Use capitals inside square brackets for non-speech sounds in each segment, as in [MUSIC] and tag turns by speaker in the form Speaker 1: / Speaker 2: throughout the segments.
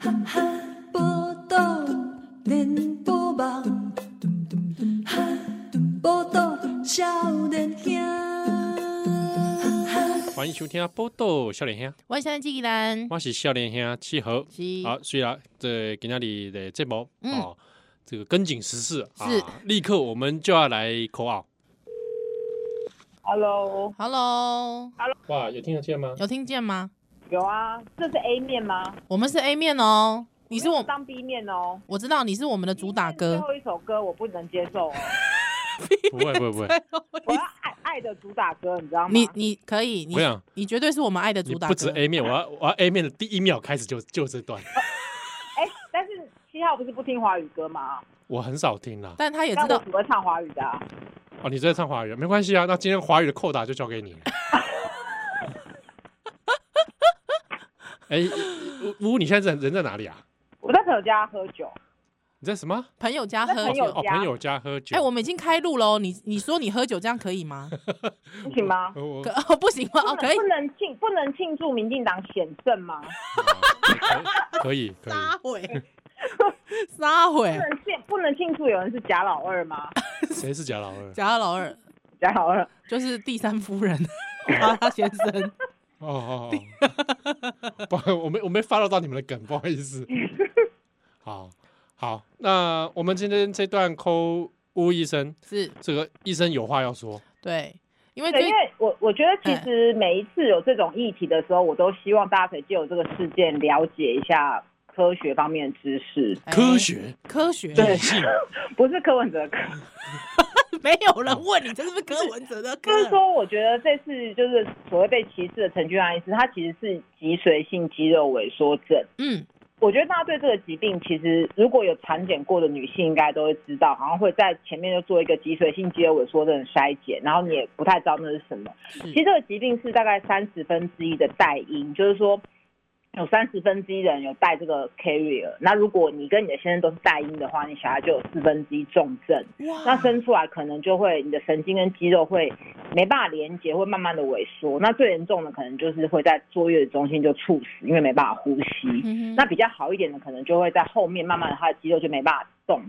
Speaker 1: 报道连波网，报道少年兄。
Speaker 2: 欢迎收听报道少年兄，
Speaker 3: 我想纪兰，
Speaker 2: 我是少年兄七和。
Speaker 3: 是
Speaker 2: 好，虽然这今天里的节目
Speaker 3: 嗯
Speaker 2: 哦，这个跟紧时事
Speaker 3: 是
Speaker 2: 啊，立刻我们就要来 call out。
Speaker 4: Hello，
Speaker 3: ，Hello，
Speaker 2: 哇，有听得见吗？
Speaker 3: 有听见吗？
Speaker 4: 有啊，这是 A 面吗？
Speaker 3: 我们是 A 面哦，你是我，
Speaker 4: 当 B 面哦。
Speaker 3: 我知道你是我们的主打
Speaker 4: 最
Speaker 3: 歌，
Speaker 4: 后一首歌我不能接
Speaker 3: [LAUGHS]
Speaker 4: 受哦，
Speaker 2: [LAUGHS] 不会不会不会，
Speaker 4: 我要爱爱的主打歌，你知道吗？
Speaker 3: 你你可以，你
Speaker 2: 我想
Speaker 3: 你绝对是我们爱的
Speaker 2: 你
Speaker 3: 主打
Speaker 2: 不
Speaker 3: 歌，
Speaker 2: 止 A 面，我要我要 A 面的第一秒开始就就这
Speaker 3: [LAUGHS]
Speaker 2: 段，
Speaker 4: 哎、但是七号不是不听华语歌吗？
Speaker 2: 我很少听啦。
Speaker 3: 但他也
Speaker 4: 那
Speaker 3: 知
Speaker 4: 我
Speaker 3: 道
Speaker 4: 只会唱华语的、啊。
Speaker 2: 哦，你在唱华语，没关系啊。那今天华语的扣打就交给你
Speaker 3: [LAUGHS]
Speaker 2: 了。哎，呜呜，你现在人人在哪里啊？
Speaker 4: 我在朋友家喝酒，
Speaker 2: 你在什么？
Speaker 3: 朋友家喝
Speaker 4: 朋
Speaker 3: 酒
Speaker 4: 友，
Speaker 2: 哦，
Speaker 4: 家
Speaker 2: 朋友家喝酒。
Speaker 3: 哎，我们已经开录喽，你你说你喝酒这样可
Speaker 2: [LAUGHS]
Speaker 3: 以吗？
Speaker 4: 不行吗？
Speaker 2: 呃我
Speaker 3: 可哦不行吗？哦
Speaker 4: 不
Speaker 3: 可
Speaker 4: 能
Speaker 3: 以
Speaker 4: 不，能庆不能庆祝民进党险胜吗？
Speaker 2: 可以
Speaker 3: [LAUGHS]
Speaker 2: 可以，
Speaker 3: 撒
Speaker 4: [LAUGHS]
Speaker 3: 毁，撒毁
Speaker 4: 不，能庆不能庆祝有人是假老二吗？ [LAUGHS]
Speaker 2: 谁是假老二？
Speaker 3: 贾老二
Speaker 4: 假老二，
Speaker 3: 就是第三夫
Speaker 2: [LAUGHS]
Speaker 3: 人，阿拉先生，
Speaker 2: 哦哦
Speaker 3: [LAUGHS]
Speaker 2: 哦，不，我没我没 follow 到你们的梗，不好意思。好，好，那我们今天这段抠乌医生，
Speaker 3: 是
Speaker 2: 这个医生有话要说，
Speaker 3: 对，因为
Speaker 4: 对，
Speaker 3: 最
Speaker 4: 因为嗯我我觉得其实每一次有这种议题的时候，我都希望大家可以借由这个事件了解一下科学方面的知识，
Speaker 3: 哎
Speaker 2: 科学
Speaker 3: 科学
Speaker 2: 理性，
Speaker 4: 不是柯文哲的科。
Speaker 3: [LAUGHS] 没有
Speaker 4: 嗯
Speaker 3: 人问你这是不是柯文哲
Speaker 4: [LAUGHS]
Speaker 3: 的歌
Speaker 4: 就？是说，我觉得这次就是所谓被歧视的陈俊安医师，他其实是脊髓性肌肉萎缩症。
Speaker 3: 嗯，
Speaker 4: 我觉得大家对这个疾病，其实如果有产检过的女性，应该都会知道，好像会在前面就做一个脊髓性肌肉萎缩症的筛检，然后你也不太知道那是什么。其实这个疾病是大概三十分之一的带因，就是说有三十分之一的人有带这个 carrier。那如果你跟你的先生都是带因的话，你小孩就有四分之一重症。那
Speaker 3: 哇，
Speaker 4: 生出来可能就会你的神经跟肌肉会没办法连接，会慢慢的萎缩。那最严重的可能就是会在坐月子中心就猝死，因为没办法呼吸。
Speaker 3: 嗯
Speaker 4: 那
Speaker 3: 哼
Speaker 4: 比较好一点的，可能就会在后面慢慢的他的肌肉就没办法动，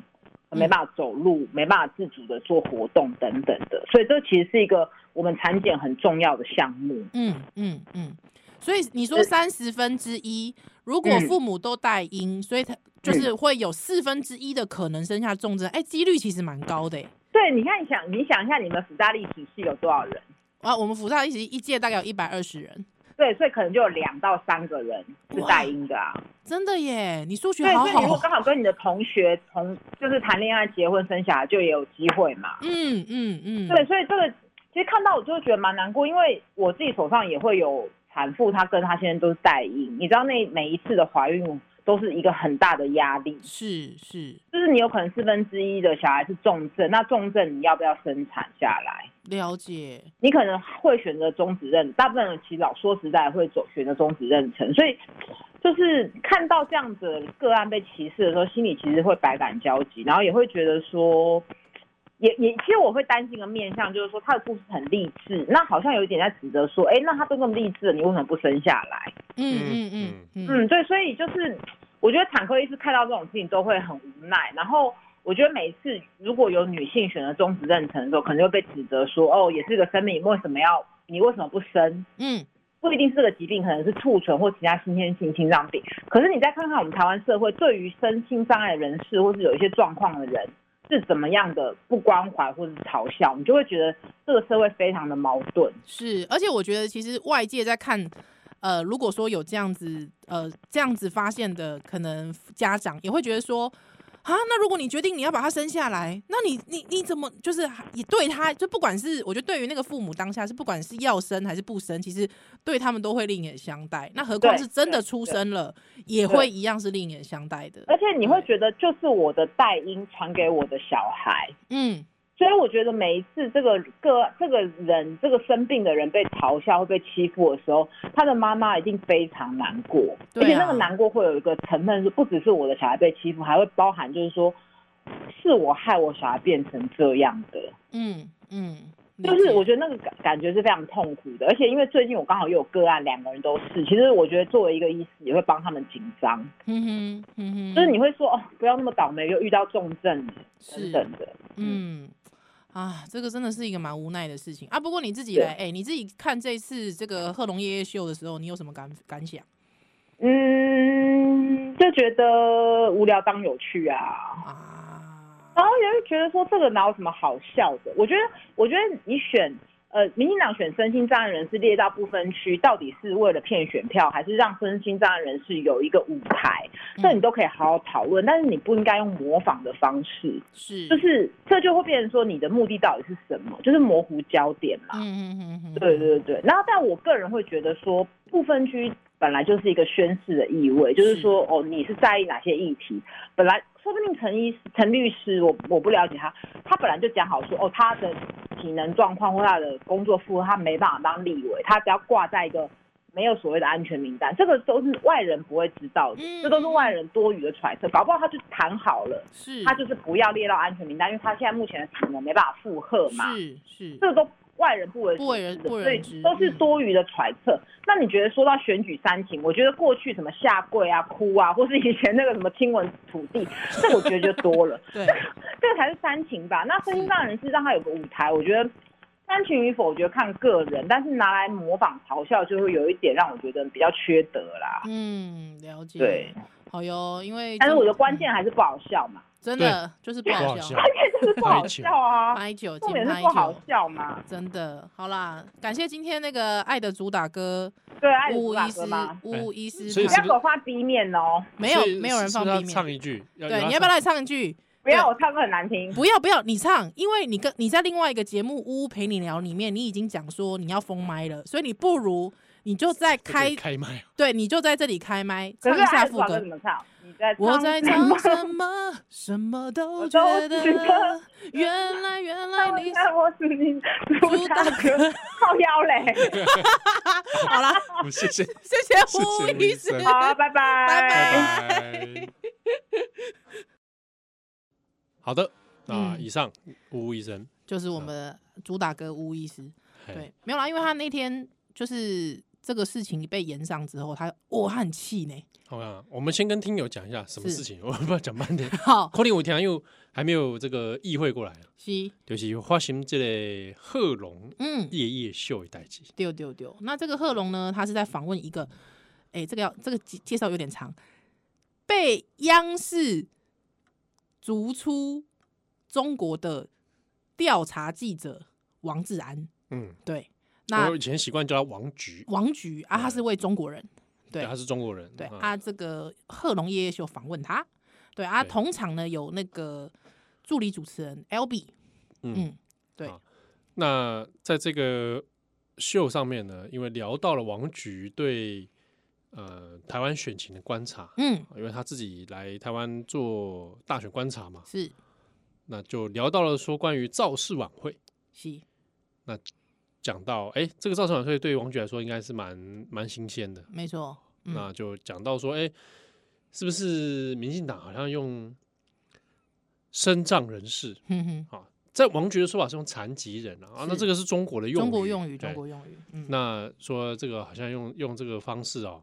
Speaker 3: 嗯
Speaker 4: 没办法走路，没办法自主的做活动等等的。所以这其实是一个我们产检很重要的项目。
Speaker 3: 嗯嗯嗯，所以你说
Speaker 4: 是
Speaker 3: 三十分之一，如果
Speaker 4: 嗯
Speaker 3: 父母都带因，所以他就是会有四分之一的可能生下重症，哎，几率其实蛮高的哎。
Speaker 4: 对，你看，你想，你想一下，你们福大历史系有多少人？
Speaker 3: 啊，我们福大一起一届大概有一百二十人，
Speaker 4: 对，所以可能就有两到三个人是带因的啊。
Speaker 3: 真的耶！你数学
Speaker 4: 对，
Speaker 3: 好
Speaker 4: 所以你
Speaker 3: 好
Speaker 4: 如果
Speaker 3: 哦，
Speaker 4: 刚好跟你的同学同就是谈恋爱、结婚、生小孩，就也有机会嘛。
Speaker 3: 嗯嗯嗯，
Speaker 4: 对，所以这个其实看到我就会觉得蛮难过，因为我自己手上也会有产妇，她跟她先生都是带孕，你知道那每一次的怀孕都是一个很大的压力，
Speaker 3: 是是
Speaker 4: 就是你有可能四分之一的小孩是重症，那重症你要不要生产下来？
Speaker 3: 了解，
Speaker 4: 你可能会选择终止妊，大部分人其实老说实在会走选择终止妊娠，所以就是看到这样子的个案被歧视的时候，心里其实会百感交集，然后也会觉得说，也也其实我会担心一个面向，就是说他的故事很励志，那好像有一点在指责说，哎，那他都那么励志了，你为什么不生下来？
Speaker 3: 嗯嗯嗯嗯，
Speaker 4: 嗯，对，所以就是我觉得产科医师看到这种事情都会很无奈，然后。我觉得每次如果有女性选择终止妊娠的时候，可能就被指责说，哦，也是个生命，为什么要你为什么不生？
Speaker 3: 嗯
Speaker 4: 不一定是这个疾病，可能是兔唇或其他先天性心脏病。可是你再看看我们台湾社会对于身心障碍人士或是有一些状况的人是怎么样的不关怀或是嘲笑，你就会觉得这个社会非常的矛盾。
Speaker 3: 是，而且我觉得其实外界在看，呃，如果说有这样子，呃，这样子发现的，可能家长也会觉得说，啊，那如果你决定你要把他生下来，那你你你怎么就是还也对他，就不管是我觉得对于那个父母当下是不管是要生还是不生，其实对他们都会另眼相待。那何况
Speaker 4: 对
Speaker 3: 是真的
Speaker 4: 对
Speaker 3: 出
Speaker 4: 对
Speaker 3: 生了，也
Speaker 4: 对哎
Speaker 3: 会一样是另眼相待的。
Speaker 4: 而且你会觉得就是我的代因传给我的小孩，
Speaker 3: 嗯，
Speaker 4: 所以我觉得每一次这个个这个人这个生病的人被嘲笑或被欺负的时候，他的妈妈一定非常难过，
Speaker 3: 对啊
Speaker 4: 而且那个难过会有一个成分是不只是我的小孩被欺负，还会包含就是说是我害我小孩变成这样的。
Speaker 3: 嗯嗯，理
Speaker 4: 就是
Speaker 3: 解
Speaker 4: 我觉得那个感感觉是非常痛苦的，而且因为最近我刚好也有个案，两个人都是，其实我觉得作为一个医师也会帮他们紧张，
Speaker 3: 嗯哼，嗯哼，
Speaker 4: 就是你会说哦，不要那么倒霉，又遇到重症等
Speaker 3: 是
Speaker 4: 等的。
Speaker 3: 嗯。啊，这个真的是一个蛮无奈的事情啊。不过你自己
Speaker 4: 对
Speaker 3: 来，哎、你自己看这次这个贺龙夜夜秀的时候，你有什么感感想
Speaker 4: 嗯，就觉得无聊当有趣啊，
Speaker 3: 啊？
Speaker 4: 然后也会觉得说这个哪有什么好笑的？我觉得，我觉得你选呃，民进党选身心障碍人士列到不分区，到底是为了骗选票，还是让身心障碍人士有一个舞台？这你
Speaker 3: 嗯
Speaker 4: 都可以好好讨论，但是你不应该用模仿的方式，
Speaker 3: 是
Speaker 4: 就是这就会变成说你的目的到底是什么，就是模糊焦点嘛。
Speaker 3: 嗯嗯嗯嗯，
Speaker 4: 啊对对对，然后但我个人会觉得说，不分区本来就是一个宣誓的意味，就是
Speaker 3: 是
Speaker 4: 说哦，你是在意哪些议题，本来说不定陈医师陈律师，我我不了解他，他本来就讲好说哦，他的体能状况或他的工作负荷，他没办法当立委，他只要挂在一个。没有所谓的安全名单，这个都是外人不会知道的
Speaker 3: 嗯，
Speaker 4: 这都是外人多余的揣测。搞不好他就谈好了，
Speaker 3: 是，
Speaker 4: 他就是不要列到安全名单，因为他现在目前的体能没办法负荷嘛。
Speaker 3: 是是
Speaker 4: 这个都外人不为
Speaker 3: 不为人
Speaker 4: 所知的
Speaker 3: 不为
Speaker 4: 所
Speaker 3: 人知
Speaker 4: 以都是多余的揣测。那你觉得说到选举煽情，我觉得过去什么下跪啊、哭啊，或是以前那个什么亲吻土地， [LAUGHS] 这我觉得就多了，
Speaker 3: 对，
Speaker 4: 这个才是煽情吧？那身心障碍人士让他有个舞台，我觉得。煽情与否，我觉得看个人，但是拿来模仿嘲笑，就会有一点让我觉得比较缺德啦。
Speaker 3: 嗯，了解，
Speaker 4: 对，
Speaker 3: 好哟，因为
Speaker 4: 但是
Speaker 3: 真
Speaker 4: 我觉得关
Speaker 3: 嗯
Speaker 4: 键还是不好笑嘛， [LAUGHS]
Speaker 3: 真
Speaker 2: 对
Speaker 3: 的就是不
Speaker 2: 不
Speaker 3: 好
Speaker 2: 好
Speaker 3: 笑
Speaker 2: 笑，
Speaker 4: 关键就是不好笑啊，
Speaker 3: 拍酒
Speaker 4: 重
Speaker 3: 精
Speaker 4: 点
Speaker 3: 拍
Speaker 4: 是不好
Speaker 3: 酒。
Speaker 4: 笑嘛。
Speaker 3: 真的，好啦，感谢今天那个爱的主打歌
Speaker 4: 对，爱
Speaker 3: 巫
Speaker 4: 主
Speaker 3: 医
Speaker 4: 打
Speaker 3: 师
Speaker 4: 歌吗？，
Speaker 3: 巫医师
Speaker 2: 哎所以
Speaker 4: 不
Speaker 2: 是
Speaker 3: 唱，
Speaker 4: 要
Speaker 2: 不
Speaker 4: 给我发 B 面哦。
Speaker 3: 没有
Speaker 2: 所以
Speaker 3: 没有人
Speaker 2: 是
Speaker 3: 放
Speaker 2: 不是要
Speaker 3: B 面
Speaker 2: 唱一句，
Speaker 3: 对，你要不要来唱一句？
Speaker 4: 不要，我唱歌很难听。
Speaker 3: 不要不要，你唱，因为你跟你在另外一个节目《呜呜陪你聊》里面，你已经讲说你要封麦了，所以你不如你就在
Speaker 2: 开
Speaker 3: 开，
Speaker 2: 开
Speaker 3: [LAUGHS]
Speaker 2: 麦？
Speaker 3: 对，你就在这里开麦
Speaker 4: 可
Speaker 3: 唱
Speaker 4: 是
Speaker 3: 一下
Speaker 4: 爱
Speaker 3: 副
Speaker 4: 主打
Speaker 3: 歌
Speaker 4: 怎。么唱？你在
Speaker 3: 我
Speaker 4: [LAUGHS]
Speaker 3: 在
Speaker 4: 什么
Speaker 3: 唱什么？什么都
Speaker 4: 我
Speaker 3: 觉
Speaker 4: 都
Speaker 3: 得
Speaker 4: 觉得，
Speaker 3: 原来原来
Speaker 4: 我
Speaker 3: 你
Speaker 4: 在我是你主打歌， [LAUGHS] 靠腰嘞。
Speaker 3: [LAUGHS] 好啦，
Speaker 2: 我谢谢，
Speaker 3: 谢谢吴
Speaker 2: 谢谢吴
Speaker 3: 医
Speaker 2: 医
Speaker 3: 师
Speaker 2: 生。
Speaker 4: 好，拜拜，
Speaker 3: 拜拜
Speaker 2: 拜拜。好的，那
Speaker 3: 嗯
Speaker 2: 以上吴医生，
Speaker 3: 就是我们的主打歌巫医师，
Speaker 2: 嘿
Speaker 3: 对，没有啦，因为他那天就是这个事情被延上之后，他哦哇，他很气呢。
Speaker 2: 好啊，我们先跟听友讲一下什么
Speaker 3: 是
Speaker 2: 事情，我们不要讲半天。
Speaker 3: 好，
Speaker 2: 可能有听友还没有这个意会过来，
Speaker 3: 是，
Speaker 2: 就是发生这个贺龙
Speaker 3: 嗯，
Speaker 2: 夜夜秀的代志。
Speaker 3: 丢丢丢。那这个贺龙呢，他是在访问一个，哎、这个要这个介介绍有点长，被央视逐出中国的调查记者王志安。
Speaker 2: 嗯，
Speaker 3: 对，那
Speaker 2: 我以前习惯叫他王菊，
Speaker 3: 王局啊，他是位中国人，对
Speaker 2: 哎他是中国人，
Speaker 3: 对
Speaker 2: 嗯
Speaker 3: 啊，这个贺龙夜夜秀访问他，对啊，
Speaker 2: 对
Speaker 3: 同场呢有那个助理主持人 L B，
Speaker 2: 嗯
Speaker 3: 嗯，对
Speaker 2: 好那在这个秀上面呢，因为聊到了王菊对呃台湾选情的观察，
Speaker 3: 嗯
Speaker 2: 因为他自己来台湾做大选观察嘛，
Speaker 3: 是
Speaker 2: 那就聊到了说关于造势晚会，
Speaker 3: 是
Speaker 2: 讲到哎、诶这个造势晚会对王菊来说应该是蛮蛮新鲜的，
Speaker 3: 没错，嗯
Speaker 2: 那就讲到说哎、诶是不是民进党好像用身障人士
Speaker 3: 哼哼，
Speaker 2: 啊，在王菊的说法是用残疾人啊，啊那
Speaker 3: 是
Speaker 2: 这个是中国的用语，
Speaker 3: 中国用语，
Speaker 2: 对
Speaker 3: 中国用语，嗯
Speaker 2: 那说这个好像用用这个方式哦，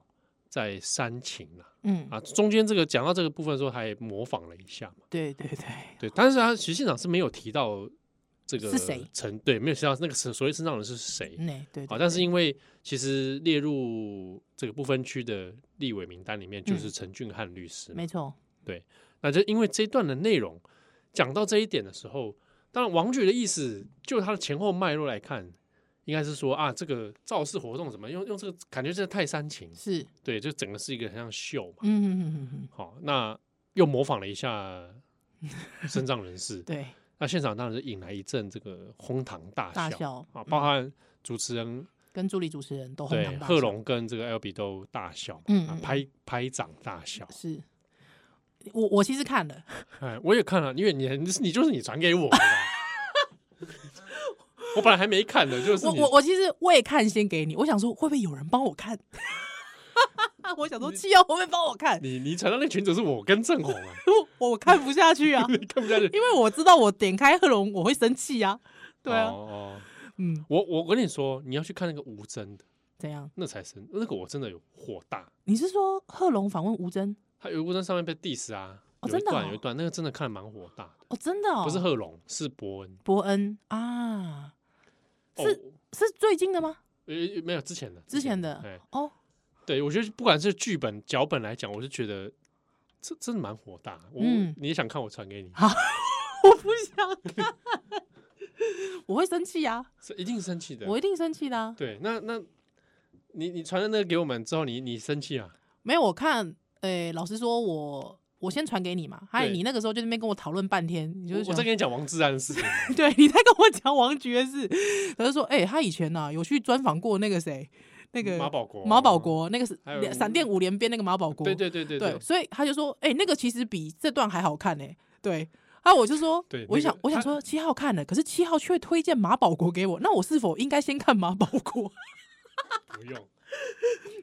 Speaker 2: 在煽情了
Speaker 3: 嗯，
Speaker 2: 啊。中间这个讲到这个部分的时候，他也模仿了一下嘛。[LAUGHS]
Speaker 3: 对对对，
Speaker 2: 对，但是他其实现场是没有提到这个
Speaker 3: 是谁
Speaker 2: 陈对，没有提到那个所所谓身障人是谁
Speaker 3: 那嗯对，
Speaker 2: 啊。
Speaker 3: 对
Speaker 2: 但是
Speaker 3: 对
Speaker 2: 因为其实列入这个不分区的立委名单里面，就
Speaker 3: 嗯
Speaker 2: 是陈俊翰律师嘛。
Speaker 3: 没错，
Speaker 2: 那就因为这一段的内容讲到这一点的时候，当然王菊的意思，就他的前后脉络来看，应该是说啊，这个造势活动怎么用用这个感觉这太煽情，
Speaker 3: 是，
Speaker 2: 对，就整个是一个很像秀嘛。
Speaker 3: 嗯哼哼哼哼，
Speaker 2: 好、那又模仿了一
Speaker 3: [LAUGHS]
Speaker 2: 下身障人士，
Speaker 3: 对，
Speaker 2: 那现场当然是引来一阵这个哄堂大笑
Speaker 3: 大笑嗯
Speaker 2: 啊，包含主持人、
Speaker 3: 跟助理主持人都哄
Speaker 2: 对
Speaker 3: 堂大
Speaker 2: 贺
Speaker 3: 笑
Speaker 2: 龙跟这个 L B 都大笑嘛，
Speaker 3: 嗯
Speaker 2: 啊
Speaker 3: 嗯嗯
Speaker 2: 拍拍掌大笑。
Speaker 3: 是。我我其实看了，
Speaker 2: 哎，我也看了，因为你你就是你传给我的嘛， [LAUGHS] 我本来还没看的，就是
Speaker 3: 我
Speaker 2: 你
Speaker 3: 我我其实未看先给你，我想说会不会有人帮我看？ [LAUGHS] 我想说七幺会不会帮我看？
Speaker 2: 你你传到那群组是我跟郑红啊， [LAUGHS]
Speaker 3: 我我看不下去啊，
Speaker 2: 你看不下去，
Speaker 3: 因为我知道我点开贺龙我会生气啊。 [LAUGHS] 对啊
Speaker 2: 哦，哦
Speaker 3: 嗯，
Speaker 2: 我我跟你说，你要去看那个吴真的，
Speaker 3: 怎样？
Speaker 2: 那才是那个我真的有火大。
Speaker 3: 你是说贺龙访问吴真？
Speaker 2: 他有吴真上面被 diss 啊，
Speaker 3: 哦
Speaker 2: 有一
Speaker 3: 真的
Speaker 2: 段
Speaker 3: 哦
Speaker 2: 有一段，那个真的看得蛮火大的，
Speaker 3: 哦，真的哦，
Speaker 2: 不是贺龙，是伯恩。
Speaker 3: 伯恩啊，是
Speaker 2: 哦
Speaker 3: 是最近的吗？
Speaker 2: 呃，没有之前的，
Speaker 3: 之前
Speaker 2: 哎
Speaker 3: 的，哦，
Speaker 2: 对我觉得不管是剧本脚本来讲，我是觉得这真的蛮火大。我、
Speaker 3: 嗯
Speaker 2: 你也想看，我传给你，
Speaker 3: 我不想看， [LAUGHS] 我会生气啊，
Speaker 2: 是一定生气的。
Speaker 3: 我一定生气的啊、
Speaker 2: 对，那那你你传的那个给我们之后，你你生气啊？
Speaker 3: 没有，我看，诶、老实说我，我先传给你嘛。还有
Speaker 2: 对
Speaker 3: 你那个时候就在那边跟我讨论半天，你就
Speaker 2: 我
Speaker 3: 是
Speaker 2: 我
Speaker 3: 想
Speaker 2: 在跟你讲王志安的事情，
Speaker 3: 对你在跟我讲王爵士，他就说，哎、他以前呐、有去专访过那个谁， [LAUGHS] 那个
Speaker 2: 马保国
Speaker 3: 马保国那个是
Speaker 2: 还有
Speaker 3: 连闪电五连鞭那个马保国，
Speaker 2: 对对对对
Speaker 3: 对
Speaker 2: 对
Speaker 3: 所以他就说，哎、那个其实比这段还好看呢、对。啊！我就说，
Speaker 2: 对
Speaker 3: 我就
Speaker 2: 那
Speaker 3: 想，
Speaker 2: 个
Speaker 3: 我想
Speaker 2: 他
Speaker 3: 说七号看了，可是七号却推荐马保国给我，那我是否应该先看马保国？
Speaker 2: 不用，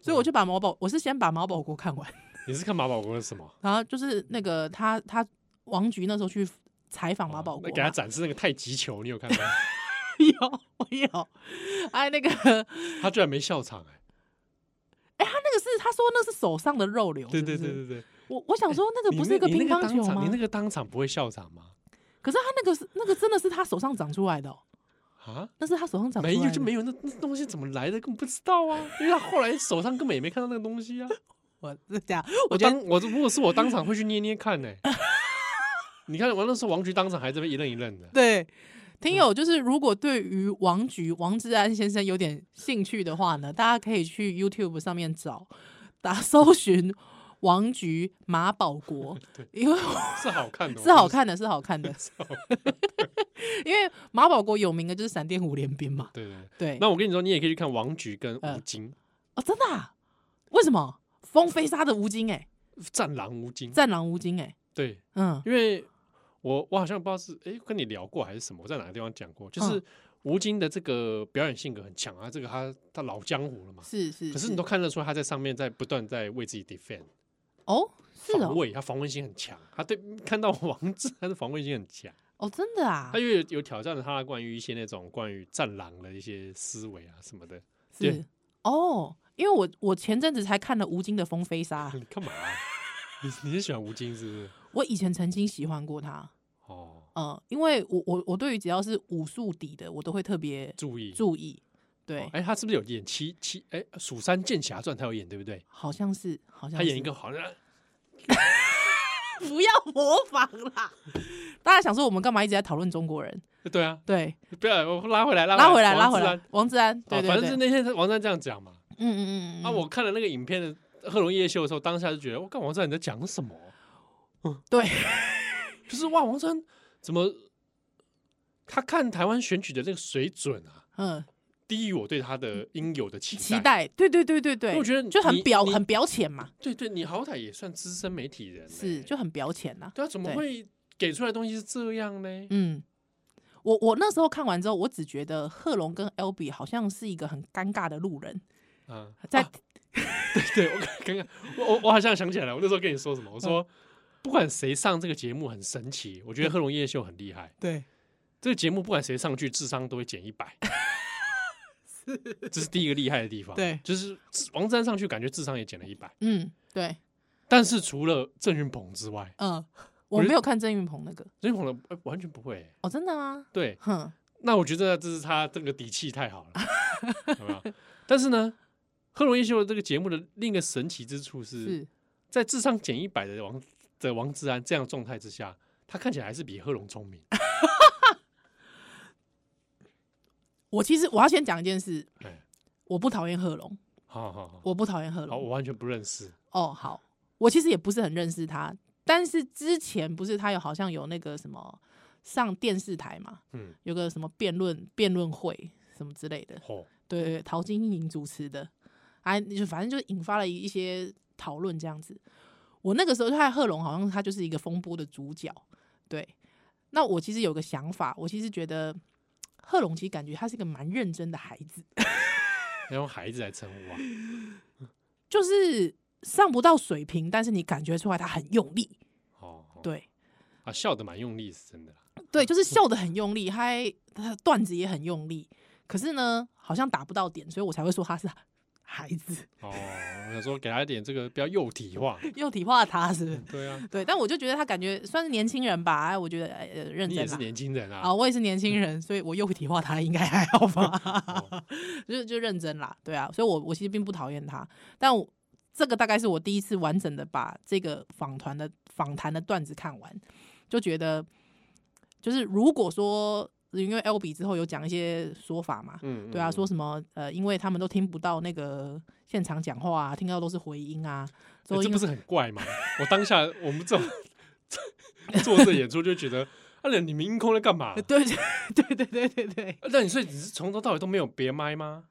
Speaker 3: 所以我
Speaker 2: 嗯
Speaker 3: 就把马保，我是先把马保国看完，
Speaker 2: 你是看马保国的什么？
Speaker 3: 然后就是那个他他王菊那时候去采哦访马保国
Speaker 2: 哦那
Speaker 3: 啊嘛， [LAUGHS]
Speaker 2: 给他展示那个太极球，你有看到？
Speaker 3: 有我有，哎，那个那
Speaker 2: 他居然没笑场哎、
Speaker 3: 个是他说那是手上的肉瘤，
Speaker 2: 对
Speaker 3: 是不
Speaker 2: 对对
Speaker 3: 是
Speaker 2: 对对，
Speaker 3: 我我想说那个不是一
Speaker 2: 个
Speaker 3: 乒乓球吗
Speaker 2: 你？那个当场不会笑场吗？
Speaker 3: 可是他那个是那个真的是他手上长出来的、哦，
Speaker 2: 啊？
Speaker 3: 那是他手上长出来
Speaker 2: 没
Speaker 3: 的，
Speaker 2: 有就没有，那那东西怎么来的根本不知道啊，因为他后来手上根本也没看到那个东
Speaker 3: [LAUGHS]
Speaker 2: 西啊。
Speaker 3: 我是这样，
Speaker 2: 我
Speaker 3: 我觉
Speaker 2: 当
Speaker 3: 得
Speaker 2: 我如果是我当场会去捏捏看呢、你看我那时候王菊当场还这边一愣一愣的，
Speaker 3: 对。
Speaker 2: 嗯
Speaker 3: 听友就是，如果对于王菊王志安先生有点兴趣的话呢，大家可以去 YouTube 上面找，打 [LAUGHS] 搜寻王菊马保
Speaker 2: [LAUGHS]
Speaker 3: 国，因为
Speaker 2: 是好看的，
Speaker 3: 是好
Speaker 2: 我
Speaker 3: 看的，是好看的，
Speaker 2: 真的是。 [LAUGHS]
Speaker 3: 因为马保国有名的就是闪电五连鞭嘛。
Speaker 2: 对对对。
Speaker 3: 对，
Speaker 2: 那我跟你说，你也可以去看王菊跟吴
Speaker 3: 嗯
Speaker 2: 京，
Speaker 3: 哦，真的、啊？为什么？风飞沙的吴京哎、
Speaker 2: 战狼吴京。
Speaker 3: 战狼吴京哎、
Speaker 2: 对，
Speaker 3: 嗯
Speaker 2: 因为我我好像不知道是哎跟你聊过还是什么，我在哪个地方讲过，就是
Speaker 3: 嗯
Speaker 2: 吴京的这个表演性格很强啊，这个他他老江湖了嘛。
Speaker 3: 是是
Speaker 2: 可是你都看得出他在上面在不断在为自己 defend
Speaker 3: 哦，是
Speaker 2: 防
Speaker 3: 哦，
Speaker 2: 卫，他防卫心很强，他对看到王志他的防卫心很强。
Speaker 3: 哦，真的啊
Speaker 2: 他，又有有挑战了他的关于一些那种关于战狼的一些思维啊什么的。
Speaker 3: 是哦，因为我我前阵子才看了吴京的《风飞沙》，
Speaker 2: 你干嘛、啊你你是喜欢吴京是不是？
Speaker 3: 我以前曾经喜欢过他，
Speaker 2: 哦，
Speaker 3: 嗯，因为我我我对于只要是武术底的，我都会特别
Speaker 2: 注意
Speaker 3: 注意，
Speaker 2: 哦
Speaker 3: 对，
Speaker 2: 哎、他是不是有演七七？哎、蜀山剑侠传》他有演对不对？
Speaker 3: 好像是好像
Speaker 2: 他演
Speaker 3: 是
Speaker 2: 一个好像
Speaker 3: [LAUGHS] 不要模仿啦， [LAUGHS] 大家想说我们干嘛一直在讨论中国人？
Speaker 2: 对啊，
Speaker 3: 对，
Speaker 2: 不要我拉回来拉
Speaker 3: 拉回来拉
Speaker 2: 王
Speaker 3: 回
Speaker 2: 志
Speaker 3: 来
Speaker 2: 安，
Speaker 3: 王志安，对
Speaker 2: 啊，
Speaker 3: 对对，
Speaker 2: 反正是那天王志安这样讲嘛。
Speaker 3: 嗯嗯嗯嗯，
Speaker 2: 啊，我看了那个影片的贺龙夜秀的时候，当下就觉得，我干王志安你在讲什么？
Speaker 3: 嗯对。
Speaker 2: 就是哇，王志安怎么他看台湾选举的这个水准啊， [LAUGHS]
Speaker 3: 嗯，
Speaker 2: 低于我对他的应有的期
Speaker 3: 期待，对对对对对，
Speaker 2: 我觉得
Speaker 3: 就很
Speaker 2: 你
Speaker 3: 表
Speaker 2: 你
Speaker 3: 很表浅嘛，
Speaker 2: 对对，你好歹也算资深媒体人欸、
Speaker 3: 是就很表浅呐、
Speaker 2: 对啊，怎么
Speaker 3: 对
Speaker 2: 会给出来的东西是这样呢？
Speaker 3: 嗯，我我那时候看完之后，我只觉得贺龙跟 L B 好像是一个很尴尬的路人，
Speaker 2: 啊， [LAUGHS]
Speaker 3: 在、
Speaker 2: 啊对我刚刚我我我好像想起来了，我那时候跟你说什么？我
Speaker 3: 嗯
Speaker 2: 说不管谁上这个节目很神奇，我觉得贺龙夜秀很厉害。
Speaker 3: 对
Speaker 2: 这个节目不管谁上去，智商都会减一
Speaker 3: [LAUGHS]
Speaker 2: 百。这是第一个厉害的地方，
Speaker 3: 对
Speaker 2: 就是王志安上去感觉智商也减了一百，
Speaker 3: 嗯对
Speaker 2: 但是除了郑云鹏之外，
Speaker 3: 嗯、呃我
Speaker 2: 觉
Speaker 3: 没
Speaker 2: 得
Speaker 3: 有看郑云鹏那个
Speaker 2: 郑云鹏的、呃完全不会欸、
Speaker 3: 哦，真的吗？
Speaker 2: 对，
Speaker 3: 哼，
Speaker 2: 那我觉得这是他这个底气太好了， [LAUGHS] 有没有？但是呢，贺龙夜秀的这个节目的另一个神奇之处是，
Speaker 3: 是
Speaker 2: 在智商减一百的王的王志安这样的状态之下，他看起来还是比贺龙聪明。
Speaker 3: 我其实我要先讲一件事，
Speaker 2: 哎，
Speaker 3: 我不讨厌贺龙，
Speaker 2: 好好好，
Speaker 3: 我不讨厌贺
Speaker 2: 好，
Speaker 3: 龙
Speaker 2: 我，完全不认识。
Speaker 3: 哦，好，我其实也不是很认识他，但是之前不是他有好像有那个什么上电视台嘛，
Speaker 2: 嗯，
Speaker 3: 有个什么辩论辩论会什么之类的，
Speaker 2: 哦，
Speaker 3: 对对，对陶晶莹主持的，哎，就反正就引发了一些讨论这样子。我那个时候就看贺龙，好像他就是一个风波的主角，对。那我其实有个想法，我其实觉得贺龙其实感觉他是一个蛮认真的孩子，
Speaker 2: 要用孩子来称呼啊？
Speaker 3: 就是上不到水平，但是你感觉出来他很用力，
Speaker 2: 哦，哦，
Speaker 3: 对。
Speaker 2: 啊，笑得蛮用力，是真的啦。
Speaker 3: 对，就是笑得很用力，还他段子也很用力，可是呢，好像打不到点，所以我才会说他是孩子，
Speaker 2: 哦，我想说给他一点这个比较幼体化，
Speaker 3: 又体化他是不是？
Speaker 2: 对啊，
Speaker 3: 对，但我就觉得他感觉算是年轻人吧，哎，我觉得哎呃 [LAUGHS] 认
Speaker 2: 你
Speaker 3: 真
Speaker 2: 也是
Speaker 3: 啦。
Speaker 2: 年轻人啊，
Speaker 3: 啊，我也是年轻人，所以我又体化他应该还好
Speaker 2: [LAUGHS] 哦
Speaker 3: 吧，就就认真啦，对啊，所以我我其实并不讨厌他，但我这个大概是我第一次完整的把这个访团的访谈的段子看完，就觉得就是如果说因为 L B 之后有讲一些说法嘛，
Speaker 2: 嗯，
Speaker 3: 对啊，
Speaker 2: 嗯
Speaker 3: 说什么呃，因为他们都听不到那个现场讲话啊，听到都是回音啊，
Speaker 2: 欸
Speaker 3: 所以
Speaker 2: 这
Speaker 3: 因
Speaker 2: 不
Speaker 3: 为
Speaker 2: 是很怪吗？我当下我们 [LAUGHS] 这种做这演出就觉得，啊，你们音控在干嘛？
Speaker 3: [LAUGHS] 对对对对对对，
Speaker 2: [LAUGHS] 那你所以你是从头到尾都没有别麦吗？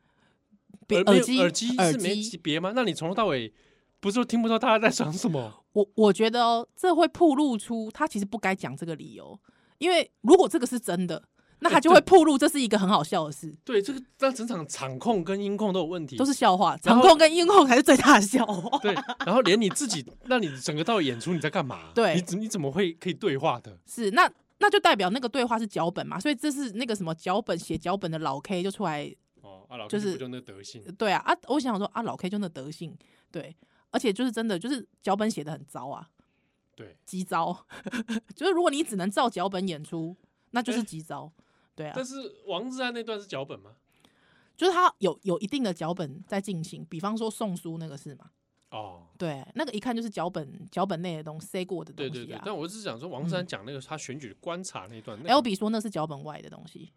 Speaker 3: 别
Speaker 2: 没有
Speaker 3: 机
Speaker 2: 耳机
Speaker 3: 耳
Speaker 2: 是没
Speaker 3: 机，
Speaker 2: 别吗？那你从头到尾不是都听不到大家在想什么？
Speaker 3: 我我觉得哦，这会暴露出他其实不该讲这个理由，因为如果这个是真的，那
Speaker 2: 哎
Speaker 3: 他就
Speaker 2: 对
Speaker 3: 会暴露这是一个很好笑的事，
Speaker 2: [LAUGHS] 对，这个让整场场控跟音控都有问题，
Speaker 3: 都是笑话，
Speaker 2: 然
Speaker 3: 场
Speaker 2: 后
Speaker 3: 控跟音控才是最大的笑话。 [LAUGHS]
Speaker 2: 对。然后连你自己，那你整个到底演出你在干嘛？
Speaker 3: 对
Speaker 2: 你怎你怎么会可以对话的？
Speaker 3: 是那那就代表那个对话是脚本嘛，所以这是那个什么脚本写脚本的老 K 就出来
Speaker 2: 哦，啊，老
Speaker 3: 就
Speaker 2: 师
Speaker 3: 是
Speaker 2: 不就呃那德性？
Speaker 3: 对啊啊！我想说啊，老 K 就那德性，对，而且就是真的就是脚本写的很糟啊，
Speaker 2: 对，
Speaker 3: 极糟。 [LAUGHS] 就是如果你只能照脚本演出，那就是
Speaker 2: 哎
Speaker 3: 极糟。对啊
Speaker 2: 但，是王志安那段是脚本吗？
Speaker 3: 就是他有有一定的脚本在进行，比方说送书那个事嘛，
Speaker 2: 哦，
Speaker 3: 对，那个一看就是脚本脚本内的东西塞过的东
Speaker 2: 对对
Speaker 3: 西
Speaker 2: 对
Speaker 3: 啊。。哎
Speaker 2: 但我只是想说，王志安讲那个他选举观察那一段，那个
Speaker 3: L B 说那是脚本外的东西，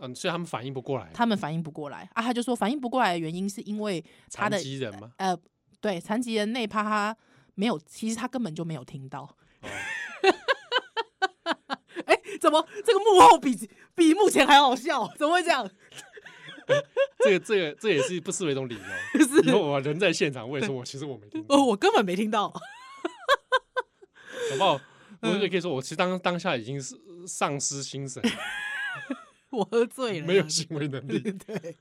Speaker 2: 嗯，所以他们反应不过来，
Speaker 3: 他们反应不过来啊，他就说反应不过来的原因是因为他
Speaker 2: 残
Speaker 3: 的
Speaker 2: 疾人吗？
Speaker 3: 呃，对残疾人那一趴他没有，其实他根本就没有听到， [LAUGHS]
Speaker 2: 哦，
Speaker 3: 哎、怎么这个幕后比比幕前还好笑？怎么会这样？
Speaker 2: 这个这个这也是不失为一种理
Speaker 3: [LAUGHS]
Speaker 2: 由。
Speaker 3: 是
Speaker 2: 以后我人在现场，我也说我其实我没听到，
Speaker 3: 哦，我根本没听到。
Speaker 2: 好不好？我
Speaker 3: 嗯
Speaker 2: 也可以说，我其实当当下已经是丧失心神，
Speaker 3: 我喝醉了，
Speaker 2: 没有行为能力。
Speaker 3: 对，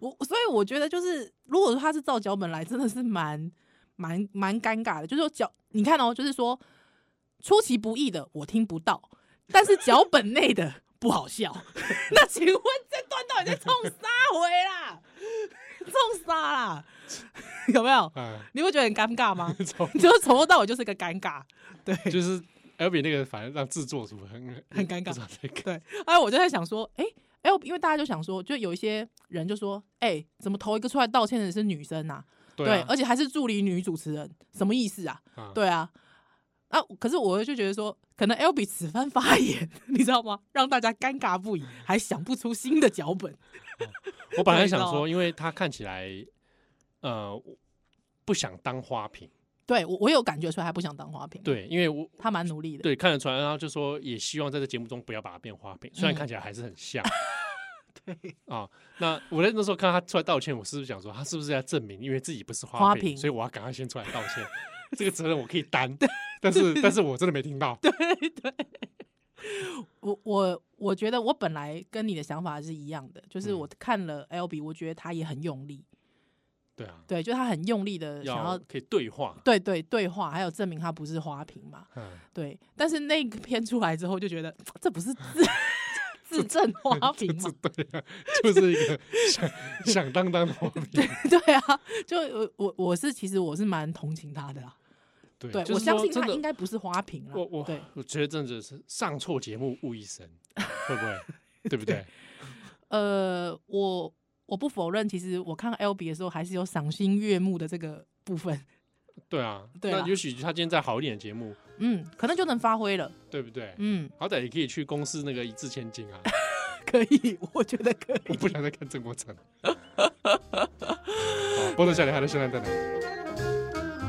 Speaker 3: 我所以我觉得就是，如果说他是照脚本来，真的是蛮蛮蛮尴尬的。就是说脚，你看哦，就是说出其不意的我听不到，但是脚本内的不好笑。 [LAUGHS] 那请问这段到底在冲啥回啦？冲啥啦？ [LAUGHS] 有没有？
Speaker 2: 啊，
Speaker 3: 你会觉得很尴尬吗？ [LAUGHS]
Speaker 2: 从
Speaker 3: 就是从头到尾就是个尴尬，对。
Speaker 2: 就是 L B 那个，反正让制作组很
Speaker 3: 很尴尬
Speaker 2: 不知道在
Speaker 3: [LAUGHS]
Speaker 2: 干
Speaker 3: 对，哎，我就在想说，哎、哎，因为大家就想说，就有一些人就说，哎、怎么头一个出来道歉的是女生啊？
Speaker 2: 对啊
Speaker 3: 而且还是助理女主持人，什么意思啊？
Speaker 2: 啊，
Speaker 3: 对啊，啊，可是我就觉得说，可能 L B 此番发言， [LAUGHS] 你知道吗？让大家尴尬不已，还想不出新的脚本。
Speaker 2: 我本来
Speaker 3: 对
Speaker 2: 想
Speaker 3: 到
Speaker 2: 说，因为他看起来呃不想当花瓶，
Speaker 3: 对我，我有感觉出来，还不想当花瓶。，
Speaker 2: 对，因为我
Speaker 3: 他蛮努力的。
Speaker 2: 对，看得出来，然后就说也希望在这节目中不要把它变花瓶，虽然
Speaker 3: 嗯
Speaker 2: 看起来还是很像
Speaker 3: [LAUGHS] 对
Speaker 2: 啊、那我在那时候看到他出来道歉，我是不是想说他是不是在证明，因为自己不是花
Speaker 3: 花
Speaker 2: 瓶，
Speaker 3: 瓶
Speaker 2: 所以我要赶快先出来道
Speaker 3: [LAUGHS]
Speaker 2: 歉，这个责任我可以担。但是，但是我真的没听到。对，
Speaker 3: 我我我觉得我本来跟你的想法是一样的，就是
Speaker 2: 嗯
Speaker 3: 我看了 L B，我觉得他也很用力，
Speaker 2: 啊，
Speaker 3: 对，就他很用力的呃想
Speaker 2: 要
Speaker 3: 要
Speaker 2: 可以对话。
Speaker 3: 对对对话，还有证明他不是花瓶嘛？
Speaker 2: 嗯，
Speaker 3: 对，但是那个片出来之后，就觉得这不是自 [LAUGHS] 自证花瓶嘛？
Speaker 2: 啊就是一个
Speaker 3: [LAUGHS]
Speaker 2: 响响当当的花瓶。
Speaker 3: 对啊，就我我我是其实我是蛮同情他的啦，
Speaker 2: 对，
Speaker 3: 对
Speaker 2: 就是
Speaker 3: 我相
Speaker 2: 说
Speaker 3: 信
Speaker 2: 真
Speaker 3: 他
Speaker 2: 的
Speaker 3: 应该不是花瓶啦。
Speaker 2: 我我
Speaker 3: 对，
Speaker 2: 我觉得真的是上错节目误一生，会不
Speaker 3: [LAUGHS]
Speaker 2: 会？对不对？
Speaker 3: 呃，我我不否认，其实我看 L B 的时候还是有赏心悦目的这个部分，
Speaker 2: 对啊，
Speaker 3: 对
Speaker 2: 那
Speaker 3: 啦
Speaker 2: 也许他今天在好一点的节目，
Speaker 3: 嗯，可能就能发挥了，
Speaker 2: 对不对？
Speaker 3: 嗯，
Speaker 2: 好歹也可以去公司那个一掷千金 [LAUGHS] 啊！
Speaker 3: 可以，我觉得可
Speaker 2: 我 [LAUGHS]
Speaker 3: 以。
Speaker 2: 不想再看郑国成了。好，波多小女孩的圣诞蛋奶。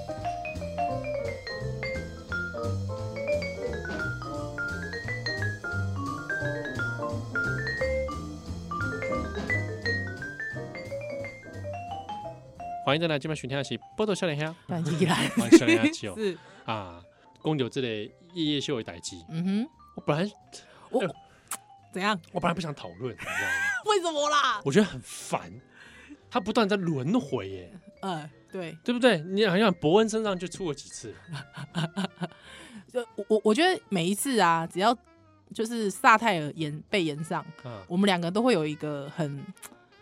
Speaker 5: Thank
Speaker 2: 欢迎再来今晚收听的是《波多少年香
Speaker 3: 但依然》，
Speaker 2: 欢迎少
Speaker 3: [LAUGHS]
Speaker 2: 年香
Speaker 3: 是，
Speaker 2: 啊，公牛这类夜夜秀的代志，
Speaker 3: 嗯
Speaker 2: 我本来
Speaker 3: 哼，我
Speaker 2: 哎
Speaker 3: 怎样？
Speaker 2: 我本来不想讨论，你知道吗？
Speaker 3: 为什么啦？
Speaker 2: [LAUGHS] 我觉得很烦，他不断在轮回耶，
Speaker 3: 呃，对，
Speaker 2: 对不对？你好像伯恩身上就出过几次，
Speaker 3: 就我我我觉得每一次啊，只要就是萨泰尔延被延上，
Speaker 2: 啊，
Speaker 3: 我们两个都会有一个很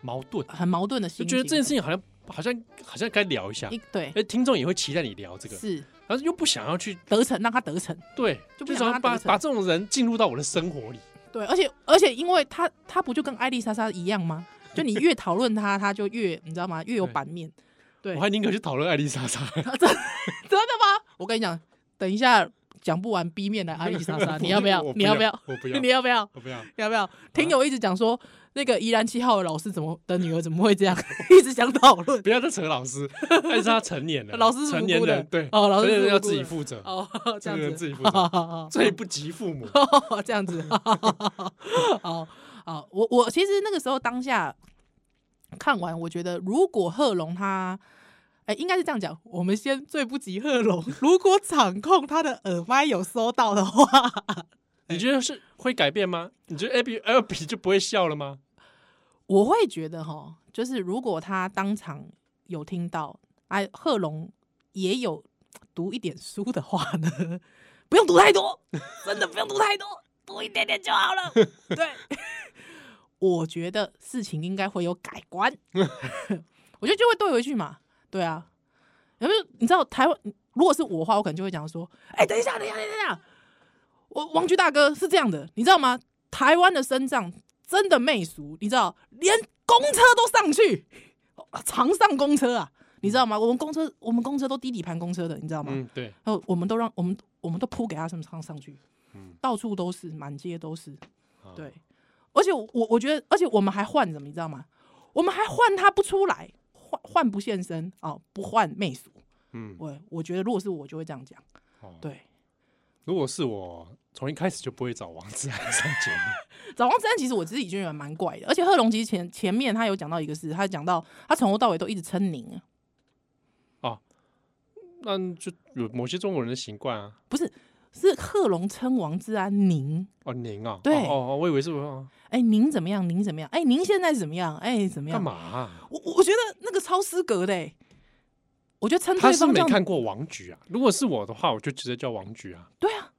Speaker 2: 矛盾，
Speaker 3: 很矛盾的
Speaker 2: 就
Speaker 3: 心情，
Speaker 2: 觉得这件事情好像好像好像该聊一下
Speaker 3: 一，对
Speaker 2: 哎，听众也会期待你聊这个，
Speaker 3: 是
Speaker 2: 然后又不想要去
Speaker 3: 得逞，让他得逞。
Speaker 2: 对，就
Speaker 3: 就不
Speaker 2: 是
Speaker 3: 想让他
Speaker 2: 把
Speaker 3: 得逞
Speaker 2: 把这种人进入到我的生活里，
Speaker 3: 对，而且而且，因为他他不就跟艾丽莎莎一样吗？就你越讨论他，他就越你知道吗？越有版面。对
Speaker 2: 我还宁可去讨论艾丽莎莎，
Speaker 3: 真的吗？我跟你讲，等一下讲不完 B 面的艾丽莎
Speaker 2: [LAUGHS]
Speaker 3: [LAUGHS] 莎，你要不要
Speaker 2: 我？
Speaker 3: 你要不要？
Speaker 2: 我不要
Speaker 3: [LAUGHS] 你，要不要？
Speaker 2: 我不要，
Speaker 3: 要不要？听友一直讲说，那个宜兰七号的老师怎么的女儿怎么会这样？ [LAUGHS] 一直想讨论
Speaker 2: 不要再扯老师，但是他成年了，
Speaker 3: [LAUGHS] 老师是
Speaker 2: 成
Speaker 3: 无
Speaker 2: 年
Speaker 3: 辜的
Speaker 2: 人，对，
Speaker 3: 哦老师
Speaker 2: 成年人
Speaker 3: 是无
Speaker 2: 要
Speaker 3: 辜
Speaker 2: 自己
Speaker 3: 的
Speaker 2: 负责，
Speaker 3: 哦，这
Speaker 2: 成
Speaker 3: 样
Speaker 2: 年人
Speaker 3: 子 [LAUGHS]
Speaker 2: 自己负责，
Speaker 3: 哦
Speaker 2: 罪不及父母，
Speaker 3: 哦，这样子， [LAUGHS] 好好，我我其实那个时候当下看完，我觉得如果贺龙他，哎、应该是这样讲，我们先最不及贺龙， [LAUGHS] 如果场控他的耳麦有收到的话， [LAUGHS]
Speaker 2: 你觉得是会改变吗？你觉得 A B L B 就不会笑了吗？
Speaker 3: 我会觉得哈，就是如果他当场有听到，哎，贺龙也有读一点书的话呢，不用读太多， [LAUGHS] 真的不用读太多，读一点点就好了。对， [LAUGHS] 我觉得事情应该会有改观，我觉得就会对回去嘛。对啊，然后就你知道台湾，如果是我的话，我可能就会讲说，哎、等一下，等一下，等一下，我王局大哥是这样的，你知道吗？台湾的身障真的媚俗，你知道，连公车都上去，哦常上公车啊，你知道吗？我们公车，我们公车都低底盘公车的，你知道吗？
Speaker 2: 嗯，对，
Speaker 3: 然后我们都让我们我们都铺给他身上上去，
Speaker 2: 嗯
Speaker 3: 到处都是，满街都是，
Speaker 2: 啊
Speaker 3: 对。而且我我觉得，而且我们还换什么，你知道吗？我们还换他不出来，换换不现身啊、哦不换媚俗。
Speaker 2: 嗯，
Speaker 3: 我我觉得如果是我，就会这样讲。
Speaker 2: 哦
Speaker 3: 对，
Speaker 2: 如果是我，从一开始就不会找王志涵上节目，
Speaker 3: 找王子安其实我自己觉得蛮怪的，而且贺龙其实前前面他有讲到一个事，他讲到他从头到尾都一直称您
Speaker 2: [LAUGHS]
Speaker 3: 啊，
Speaker 2: 那就有某些中国人的习惯啊。
Speaker 3: 是贺龙称王志安您，
Speaker 2: 哦，您啊，
Speaker 3: 对
Speaker 2: 哦哦，哦我以为是哦
Speaker 3: 哎、您怎么样？您怎么样？哎、您现在怎么样？哎、怎么样？
Speaker 2: 干嘛啊？
Speaker 3: 我我我觉得那个超失格的、欸，我觉得称
Speaker 2: 他
Speaker 3: 对
Speaker 2: 是
Speaker 3: 方这
Speaker 2: 没
Speaker 3: 样，
Speaker 2: 看过王局啊。如果是我的话，我就直接叫王局啊。
Speaker 3: 对啊，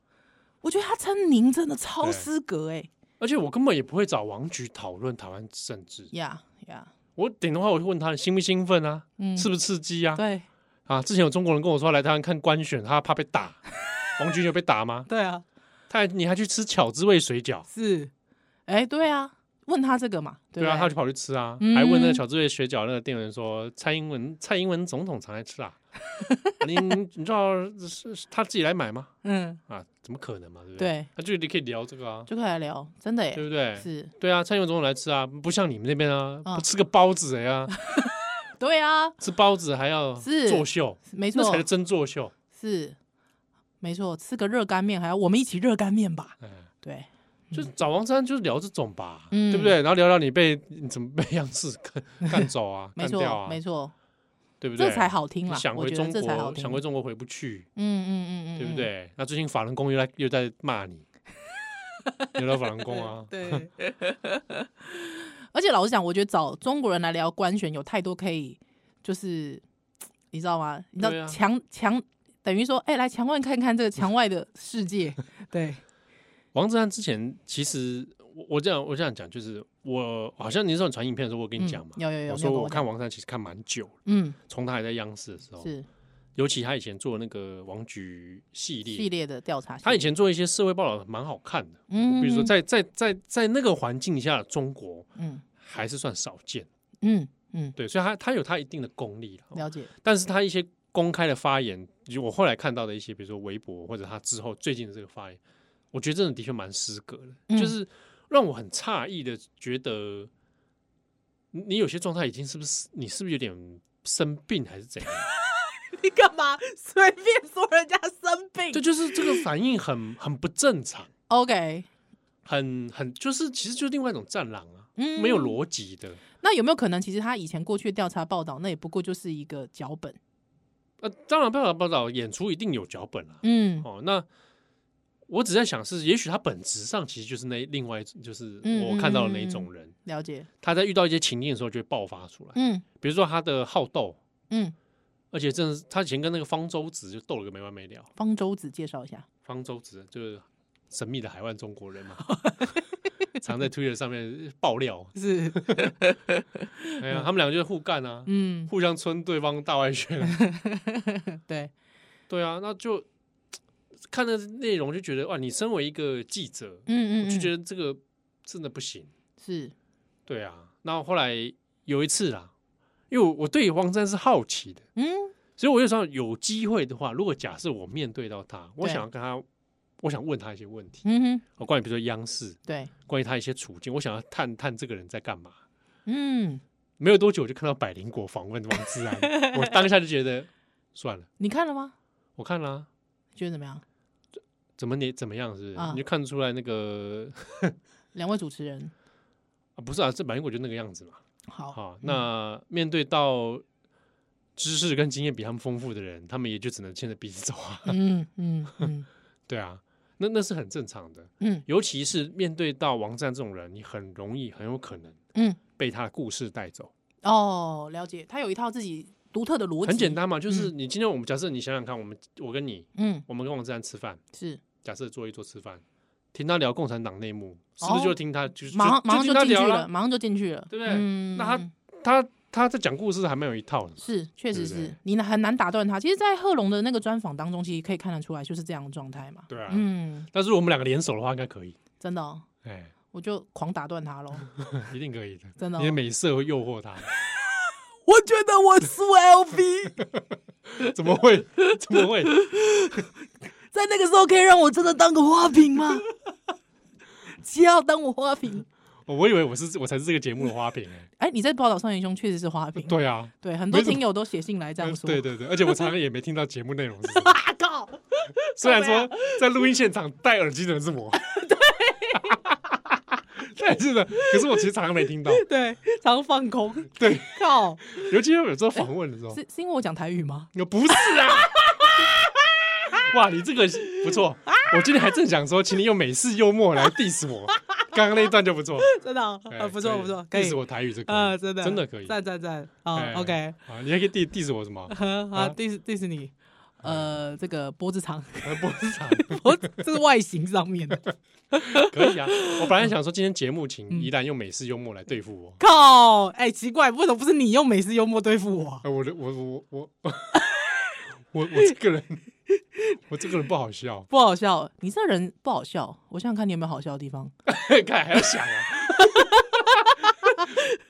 Speaker 3: 我觉得他称您真的超
Speaker 2: 对
Speaker 3: 失格哎、欸，
Speaker 2: 而且我根本也不会找王局讨论台湾政治，
Speaker 3: 呀呀，
Speaker 2: 我顶的话，我会问他兴不兴奋啊，
Speaker 3: 嗯，
Speaker 2: 是不是刺激啊？
Speaker 3: 对
Speaker 2: 啊，之前有中国人跟我说来台湾看官选，他怕被打，王局有被打吗？
Speaker 3: 对啊，
Speaker 2: 他还你还去吃巧滋味水饺，
Speaker 3: 是，哎、对啊，问他这个嘛，对
Speaker 2: 对
Speaker 3: 不
Speaker 2: 啊，
Speaker 3: 对
Speaker 2: 他就跑去吃啊，
Speaker 3: 嗯
Speaker 2: 还问那个巧滋味水饺那个店员说，蔡英文蔡英文总统常来
Speaker 3: [LAUGHS]
Speaker 2: 吃啊，你你知道是是他自己来买吗？
Speaker 3: 嗯，
Speaker 2: 啊，怎么可能嘛，对不对？
Speaker 3: 对，
Speaker 2: 他就你可以聊这个啊，
Speaker 3: 就可以来聊，真的耶、欸
Speaker 2: 对不对？
Speaker 3: 是，
Speaker 2: 对啊，蔡英文总统来吃啊，不像你们那边啊，
Speaker 3: 嗯
Speaker 2: 不吃个包子
Speaker 3: [LAUGHS]
Speaker 2: 呀、
Speaker 3: 对啊，
Speaker 2: 吃包子还要
Speaker 3: 是
Speaker 2: 作秀，
Speaker 3: 没
Speaker 2: 那
Speaker 3: 错
Speaker 2: 才，是真作秀。
Speaker 3: 是，没错，吃个热干面，还要我们一起热干面吧？
Speaker 2: 嗯，
Speaker 3: 对，
Speaker 2: 就是找王珊，就是聊这种吧，
Speaker 3: 嗯
Speaker 2: 对不对？然后聊聊你被你怎么被央视 [LAUGHS] 干干走啊，
Speaker 3: [LAUGHS] 没
Speaker 2: 干掉
Speaker 3: 错，
Speaker 2: 啊
Speaker 3: 没，错，
Speaker 2: 对不对？
Speaker 3: 这才好听
Speaker 2: 你
Speaker 3: 啦。
Speaker 2: 想
Speaker 3: 我
Speaker 2: 回
Speaker 3: 觉得
Speaker 2: 中
Speaker 3: 这才好
Speaker 2: 国，
Speaker 3: 听。
Speaker 2: 想回中国回不去，
Speaker 3: 嗯嗯嗯嗯，
Speaker 2: 对不
Speaker 3: 嗯？
Speaker 2: 对？那最近法轮功又来又在骂
Speaker 3: [LAUGHS]
Speaker 2: 你，聊聊法轮功啊，
Speaker 3: 对。 [LAUGHS] 而且老实讲，我觉得找中国人来聊官选有太多可以，就是你知道吗？你知
Speaker 2: 对啊
Speaker 3: 道墙墙等于说，哎、来墙外看看这个墙外的世界。 [LAUGHS] 对，
Speaker 2: 王志安之前其实我我这样我这样讲，就是我好像你那时候传影片的时候，我跟你讲嘛，
Speaker 3: 嗯有有有，
Speaker 2: 我
Speaker 3: 你
Speaker 2: 说
Speaker 3: 有跟
Speaker 2: 我看
Speaker 3: 讲，
Speaker 2: 王志安其实看蛮久了，
Speaker 3: 嗯，
Speaker 2: 从他还在央视的时候，
Speaker 3: 是
Speaker 2: 尤其他以前做那个王局系列，
Speaker 3: 系列的调查系列，
Speaker 2: 他以前做一些社会报道蛮好看的，
Speaker 3: 嗯，
Speaker 2: 比如说
Speaker 3: 嗯，
Speaker 2: 在在在在那个环境下，中国
Speaker 3: 嗯
Speaker 2: 还是算少见，
Speaker 3: 嗯嗯，
Speaker 2: 对，所以他他有他一定的功力啦
Speaker 3: 了解，
Speaker 2: 但是他一些公开的发言，以及我后来看到的一些，比如说微博或者他之后最近的这个发言，我觉得真的的确蛮失格的，
Speaker 3: 嗯
Speaker 2: 就是让我很诧异的觉得，你你有些状态已经是不是你是不是有点生病还是怎样？
Speaker 3: 你干嘛随便说人家生病
Speaker 2: 这就是这个反应很很不正常，
Speaker 3: ？OK，
Speaker 2: 很很就是其实就是另外一种战狼啊。
Speaker 3: 嗯
Speaker 2: 没有逻辑的。
Speaker 3: 那有没有可能，其实他以前过去的调查报道，那也不过就是一个脚本？
Speaker 2: 呃，当然报道报道演出一定有脚本啊。
Speaker 3: 嗯
Speaker 2: 哦，那我只在想是，也许他本质上其实就是那另外一种，就是
Speaker 3: 嗯
Speaker 2: 我看到的那一种人，
Speaker 3: 了解。
Speaker 2: 他在遇到一些情境的时候就会爆发出来。
Speaker 3: 嗯
Speaker 2: 比如说他的好斗，
Speaker 3: 嗯，
Speaker 2: 而且真的是他以前跟那个方舟子就斗了个没完没了。
Speaker 3: 方舟子介绍一下。
Speaker 2: 方舟子就是神秘的海外中国人嘛， [LAUGHS] 常在 Twitter 上面爆料。
Speaker 3: 是，
Speaker 2: 哎呀，他们两个就是互干啊，
Speaker 3: 嗯，
Speaker 2: 互相村对方大外宣啊、 [LAUGHS]
Speaker 3: 对，
Speaker 2: 对啊，那就看的内容就觉得哇，你身为一个记者，
Speaker 3: 嗯嗯，
Speaker 2: 就觉
Speaker 3: 得
Speaker 2: 得这个真的不行。
Speaker 3: 是，
Speaker 2: 对啊，那后来有一次啦，因为我我对王珊是好奇的，
Speaker 3: 嗯
Speaker 2: 所以我就想有机会的话，如果假设我面对到他，我
Speaker 3: 对
Speaker 2: 想要跟他，我想问他一些问题，
Speaker 3: 嗯哼，
Speaker 2: 哦关于比如说央视，
Speaker 3: 对，
Speaker 2: 关于他一些处境，我想要探探这个人在干嘛。
Speaker 3: 嗯，
Speaker 2: 没有多久，我就看到百灵果访问王志
Speaker 3: [LAUGHS]
Speaker 2: 安，我当下就觉得算了，
Speaker 3: 你看了吗？
Speaker 2: 我看啦、
Speaker 3: 觉得怎么样？
Speaker 2: 怎么你怎么样是不是？
Speaker 3: 啊
Speaker 2: 你就看出来那个 [LAUGHS]
Speaker 3: 两位主持人，
Speaker 2: 啊，不是啊，这百灵果就那个样子嘛。
Speaker 3: 好，
Speaker 2: 好、
Speaker 3: 嗯
Speaker 2: 那面对到知识跟经验比他们丰富的人，他们也就只能牵着鼻子走啊。 [LAUGHS]
Speaker 3: 嗯嗯嗯
Speaker 2: 对啊，那那是很正常的，
Speaker 3: 嗯
Speaker 2: 尤其是面对到王战这种人，你很容易很有可能
Speaker 3: 嗯，
Speaker 2: 被他的故事带走。
Speaker 3: 哦，了解，他有一套自己独特的逻辑，
Speaker 2: 很简，单嘛，就是你今天我们假设你想想看，我们我跟你，
Speaker 3: 嗯，
Speaker 2: 我们跟王志安吃饭，
Speaker 3: 是，
Speaker 2: 假设坐一桌吃饭，听他聊共产党内幕，是不是就听他、就是
Speaker 3: 哦马上马上
Speaker 2: 就听
Speaker 3: 就
Speaker 2: 他
Speaker 3: 进
Speaker 2: 聊
Speaker 3: 去
Speaker 2: 啦
Speaker 3: 了，马上就进去了，
Speaker 2: 对不对
Speaker 3: 嗯
Speaker 2: 那他他在讲故事还蛮有一套的，
Speaker 3: 是，确实
Speaker 2: 对不对
Speaker 3: 是你很难打断他。其实，在贺龙的那个专访当中，其实可以看得出来，就是这样的状态嘛。
Speaker 2: 对啊。
Speaker 3: 嗯，
Speaker 2: 但是我们两个联手的话，应该可以，
Speaker 3: 真的哦、
Speaker 2: 哎，
Speaker 3: 我就狂打断他喽。
Speaker 2: [LAUGHS] 一定可以的。
Speaker 3: 真的哦
Speaker 2: 你的美色会诱惑他，
Speaker 3: 我觉得我输 LV，
Speaker 2: 怎么会？ [LAUGHS] 怎么会？
Speaker 3: 在那个时候可以让我真的当个花瓶吗？ [LAUGHS] 不要当我花瓶。
Speaker 2: 我以为我是我才是这个节目的花瓶哎。
Speaker 3: 哎，你在报道上元兄确实是花瓶，
Speaker 2: 对啊，
Speaker 3: 对很多
Speaker 2: 没什么
Speaker 3: 听友都写信来嗯这样说。
Speaker 2: 对对对，而且我常常也没听到节目内容是什么。
Speaker 3: [LAUGHS] 啊靠！
Speaker 2: 虽然说
Speaker 3: 啊
Speaker 2: 在录音现场戴耳机的人是
Speaker 3: [LAUGHS]
Speaker 2: 我， [LAUGHS] 对，但是呢，可是我其实常常没听到。
Speaker 3: 对，常放空。
Speaker 2: 对，
Speaker 3: [LAUGHS] 靠，
Speaker 2: 尤其是有时候访问的时候，
Speaker 3: 是是因为我讲台语吗？
Speaker 2: 那不是啊。 [LAUGHS] 哇，你这个不错，我今天还正想说，请你用美式幽默来 diss
Speaker 3: [LAUGHS]
Speaker 2: 我，刚刚那一段就不错，
Speaker 3: 真的哦
Speaker 2: 哎
Speaker 3: 啊，不错不错，可以
Speaker 2: diss。我台语这个，
Speaker 3: 啊，真的
Speaker 2: 真的可以，
Speaker 3: 赞赞赞
Speaker 2: 哎
Speaker 3: 啊，OK，啊
Speaker 2: 啊，你还可以 diss diss 我什
Speaker 3: [LAUGHS]
Speaker 2: 么？
Speaker 3: 好，迪士迪士尼，呃，这个脖子长，
Speaker 2: 呃不是啊，
Speaker 3: [LAUGHS] 脖子这是外形上面的，
Speaker 2: 可以啊。我本来想说今天节目
Speaker 3: 嗯
Speaker 2: 请宜兰用美式幽默来对付我，
Speaker 3: 靠，哎，奇怪，为什么不是你用美式幽默对付我？啊
Speaker 2: 呃我的我我
Speaker 3: [LAUGHS]
Speaker 2: 我我我这个人， [LAUGHS] 我这个人不好笑， [LAUGHS]
Speaker 3: 不好笑，你这人不好笑，我想想看你有没有好笑的地方，
Speaker 2: 看还要想啊，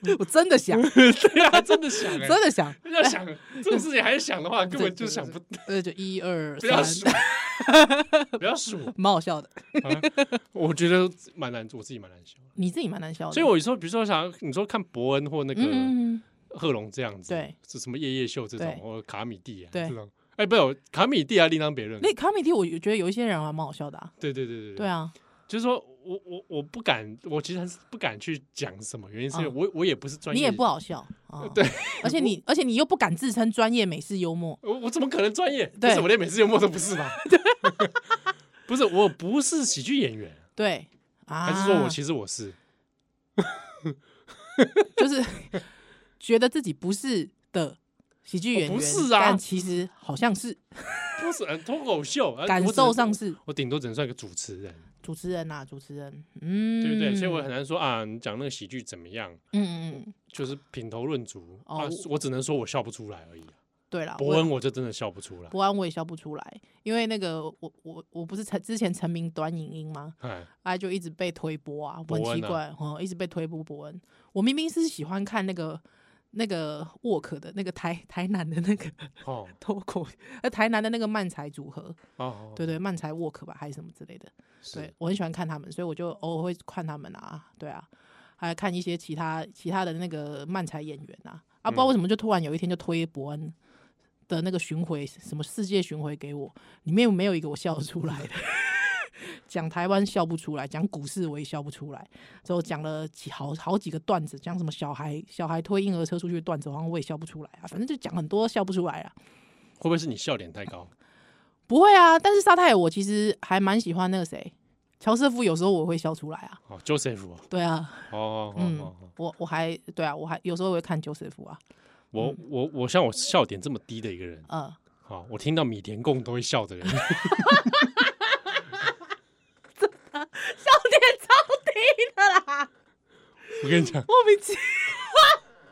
Speaker 2: [LAUGHS] 嗯
Speaker 3: 我真的想，
Speaker 2: 对啊，真的想欸，
Speaker 3: 真的想，
Speaker 2: 要想这种事情还是想的
Speaker 3: [LAUGHS]
Speaker 2: 话，根本就想不
Speaker 3: 呃，就一二
Speaker 2: 不要
Speaker 3: 三，
Speaker 2: 数，
Speaker 3: [LAUGHS]
Speaker 2: 不要数。
Speaker 3: 蛮好笑的，
Speaker 2: 我觉得蛮难，我自己蛮难笑的。
Speaker 3: 你自己蛮难笑的，
Speaker 2: 所以我有时候，比如说想要你说看伯恩或那个
Speaker 3: 嗯，嗯，嗯
Speaker 2: 贺龙这样子，
Speaker 3: 对，
Speaker 2: 是什么夜夜秀这种，
Speaker 3: 对
Speaker 2: 或卡米蒂啊
Speaker 3: 对
Speaker 2: 这种。哎，不有卡米蒂啊，另当别论。
Speaker 3: 那 comedy 我觉得有一些人还蛮好笑的啊，
Speaker 2: 对对对对
Speaker 3: 对，啊，
Speaker 2: 就是说我我我不敢，我其实还是不敢去讲什么，原因是因为
Speaker 3: 嗯
Speaker 2: 我我也不是专
Speaker 3: 你
Speaker 2: 业，
Speaker 3: 也不，好笑啊，
Speaker 2: [LAUGHS] 对，
Speaker 3: 而且你而且你又不敢自称专业美式幽默，
Speaker 2: 我我怎么可能专业？
Speaker 3: 对
Speaker 2: 不是我连每次幽默都不是
Speaker 3: [LAUGHS]
Speaker 2: 吧？不是，我不是喜剧演员，
Speaker 3: 对啊，
Speaker 2: 还是说我其实我是？
Speaker 3: 就是觉得自己不是的喜剧演员，
Speaker 2: 我不是啊
Speaker 3: 但其实好像是
Speaker 2: 不是呃脱口秀，呃
Speaker 3: 感
Speaker 2: 我只
Speaker 3: 受
Speaker 2: 能
Speaker 3: 上是
Speaker 2: 我顶多只能算一个主持人，
Speaker 3: 主持人呐、啊，主持人，嗯，
Speaker 2: 对不对？所以我很难说啊，你讲那个喜剧怎么样，
Speaker 3: 嗯嗯嗯，
Speaker 2: 就是品头论足啊
Speaker 3: 哦，
Speaker 2: 我只能说我笑不出来而已啊。
Speaker 3: 对了，
Speaker 2: 伯
Speaker 3: 我
Speaker 2: 恩我就真的笑不出来，
Speaker 3: 伯安我也笑不出来，因为那个我我我不是成之前成名短影音吗？
Speaker 2: 哎，
Speaker 3: 啊，就一直被推播啊，我
Speaker 2: 伯
Speaker 3: 很
Speaker 2: 恩
Speaker 3: 奇
Speaker 2: 啊
Speaker 3: 怪哦、一直被推播伯恩。我明明是喜欢看那个那个沃克的那个台台南的那个 [LAUGHS]
Speaker 2: 哦
Speaker 3: 脱口，呃，台南的那个漫才组合，
Speaker 2: 哦，
Speaker 3: 对对，漫才沃克吧，还是什么之类的。
Speaker 2: 是
Speaker 3: 对，我很喜欢看他们，所以我就偶尔会看他们啊，对啊，还看一些其他其他的那个漫才演员啊，啊，不知道为什么就突然有一天就推伯恩的那个巡回，什么世界巡回给我，里面没有一个我笑得出来的， [LAUGHS] 讲台湾笑不出来，讲股市我也笑不出来。之后讲了几好好几个段子，讲什么小孩小孩推婴儿车出去的段子，好像我也笑不出来啊。反正就讲很多笑不出来啊。
Speaker 2: 会不会是你笑点太高？
Speaker 3: 不会啊，但是沙太我其实还蛮喜欢那个谁，乔瑟夫，有时候我会笑出来啊。
Speaker 2: 哦，Joseph，哦
Speaker 3: 对啊，
Speaker 2: 哦哦哦
Speaker 3: 嗯
Speaker 2: 哦哦，，
Speaker 3: 我我还对啊，我还有时候会看九师傅啊，
Speaker 2: 我我我像我笑点这么低的一个人，
Speaker 3: 嗯，
Speaker 2: 好，我听到米田共都会笑
Speaker 3: [LAUGHS]
Speaker 2: 的人，
Speaker 3: 笑点超低的啦。
Speaker 2: [LAUGHS] 我跟你讲，
Speaker 3: 莫名其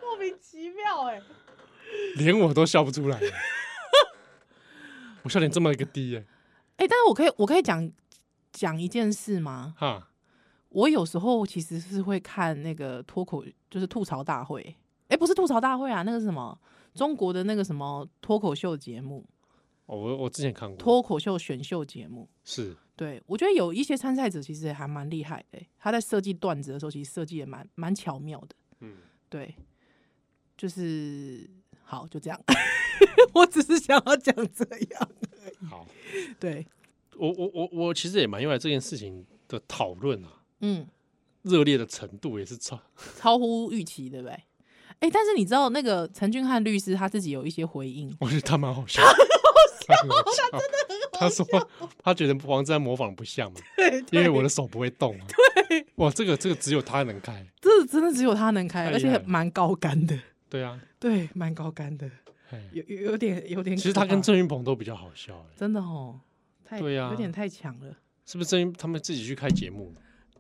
Speaker 3: 莫名其妙哎、
Speaker 2: 连我都笑不出来，我笑点这么一个低耶，
Speaker 3: 哎、但是我可以我可以讲讲一件事吗？
Speaker 2: 哈，
Speaker 3: 我有时候其实是会看那个脱口，就是吐槽大会，哎、不是吐槽大会啊，那个是什么中国的那个什么脱口秀节目，
Speaker 2: 哦，我我之前看过，
Speaker 3: 脱口秀选秀节目。
Speaker 2: 是
Speaker 3: 对，我觉得有一些参赛者其实还蛮厉害的欸、他在设计段子的时候，其实设计也蛮蛮巧妙的。
Speaker 2: 嗯，
Speaker 3: 对，就是好，就这样。 [LAUGHS] 我只是想要讲这样。
Speaker 2: 好，
Speaker 3: 对，
Speaker 2: 我我我我其实也蛮意外这件事情的讨论啊，
Speaker 3: 嗯。
Speaker 2: 热烈的程度也是超，
Speaker 3: 超乎预期，对不对？哎、但是你知道那个陈俊翰律师他自己有一些回应
Speaker 2: [LAUGHS] ，我觉得他蛮好笑，他很好笑，他真的很好笑，他说他觉得王志安模仿不像嘛，
Speaker 3: 对，
Speaker 2: 因为我的手不会动、啊，对，哇，这个这个只有他能开，
Speaker 3: 这真的只有他能开，
Speaker 2: 太厉害
Speaker 3: 而且
Speaker 2: 了
Speaker 3: 蛮高干的，
Speaker 2: 对啊，
Speaker 3: 对，蛮高干的，
Speaker 2: 哎
Speaker 3: 有有有点有点可
Speaker 2: 其
Speaker 3: 怕。
Speaker 2: 实他跟郑云鹏都比较好笑、哎
Speaker 3: 真的哦，太
Speaker 2: 对啊
Speaker 3: 有点太强了。
Speaker 2: 是不是郑云他们自己去开节目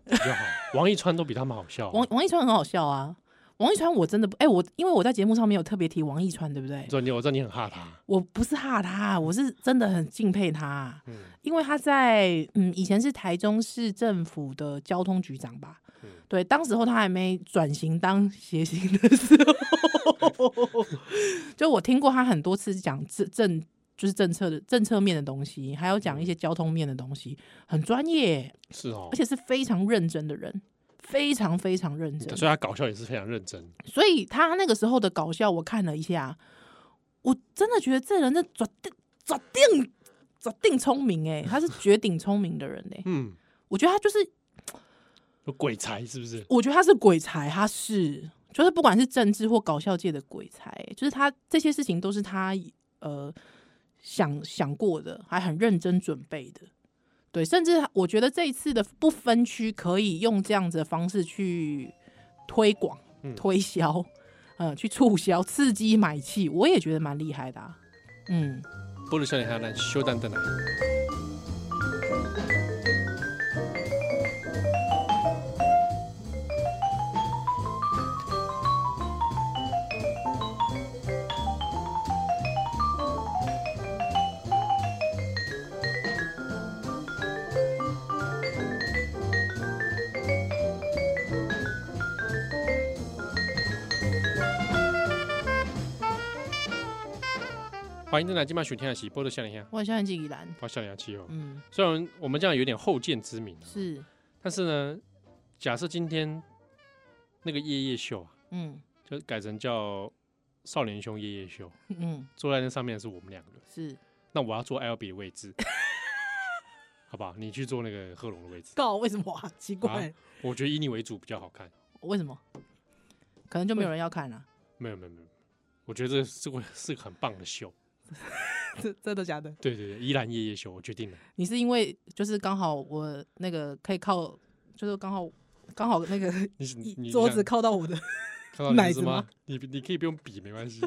Speaker 2: 比较 [LAUGHS] 好？王一川都比他们好笑、啊
Speaker 3: 王王一川很好笑啊，王一川我真的不哎、我因为我在节目上面有特别提王一川，对不对
Speaker 2: 我知？道你，我知道你很怕他，
Speaker 3: 我不是怕他，我是真的很敬佩他，
Speaker 2: 嗯
Speaker 3: 因为他在嗯以前是台中市政府的交通局长吧，
Speaker 2: 嗯
Speaker 3: 对，当时候他还没转型当谐星的时候， [LAUGHS] 就我听过他很多次讲政政就是政策的政策面的东西，还有讲一些
Speaker 2: 嗯
Speaker 3: 交通面的东西，很专业，
Speaker 2: 是哦
Speaker 3: 而，且是非常认真的人。非常非常认真
Speaker 2: 所，以他搞笑也是非常认真，
Speaker 3: 所以他那个时候的搞笑，我看了一下，我真的觉得这人是绝定、绝定、绝定聪明哎、他是绝顶聪明的人哎、
Speaker 2: 嗯，
Speaker 3: 我觉得他就是，
Speaker 2: 有鬼才是不是？
Speaker 3: 我觉得他是鬼才，他是就是不管是政治或搞笑界的鬼才欸、就是他这些事情都是他呃想想过的，还很认真准备的。对，甚至我觉得这一次的不分区可以用这样子的方式去推广、
Speaker 2: 嗯
Speaker 3: 推销，呃，去促销、刺激买气，我也觉得蛮厉害的、啊。嗯，
Speaker 2: 波鲁笑脸哈兰修蛋蛋奶，欢迎进来今晚收听的是波鲁笑脸哈，
Speaker 3: 我很喜欢纪怡兰。
Speaker 2: 我笑脸七哦。
Speaker 3: 嗯，
Speaker 2: 虽然我们这样有点后见之明啊，
Speaker 3: 是，
Speaker 2: 但是呢，假设今天那个夜夜秀啊，
Speaker 3: 嗯
Speaker 2: 就改成叫少年兄夜夜秀，
Speaker 3: 嗯
Speaker 2: 坐在那上面的是我们两个，
Speaker 3: 是。
Speaker 2: 那我要坐 L B 的位置， [LAUGHS] 好不好？你去坐那个贺龙的位置，
Speaker 3: 告为什么啊？奇怪，
Speaker 2: 我觉得以你为主比较好看。
Speaker 3: 为什么？可能就没有人要看了、啊
Speaker 2: 没有没有没有，我觉得这是个是个很棒的秀。
Speaker 3: [LAUGHS] 真真的假的？
Speaker 2: 对对对，依然夜夜秀，我决定了。
Speaker 3: 你是因为就是刚好我那个可以靠，就是刚好刚好那个
Speaker 2: 你是
Speaker 3: 一
Speaker 2: 你
Speaker 3: 桌子
Speaker 2: 想
Speaker 3: 靠到我的， [LAUGHS]
Speaker 2: 看到你
Speaker 3: 奶
Speaker 2: 是
Speaker 3: 子
Speaker 2: 吗
Speaker 3: 吗？
Speaker 2: 你你可以不用比，没关系。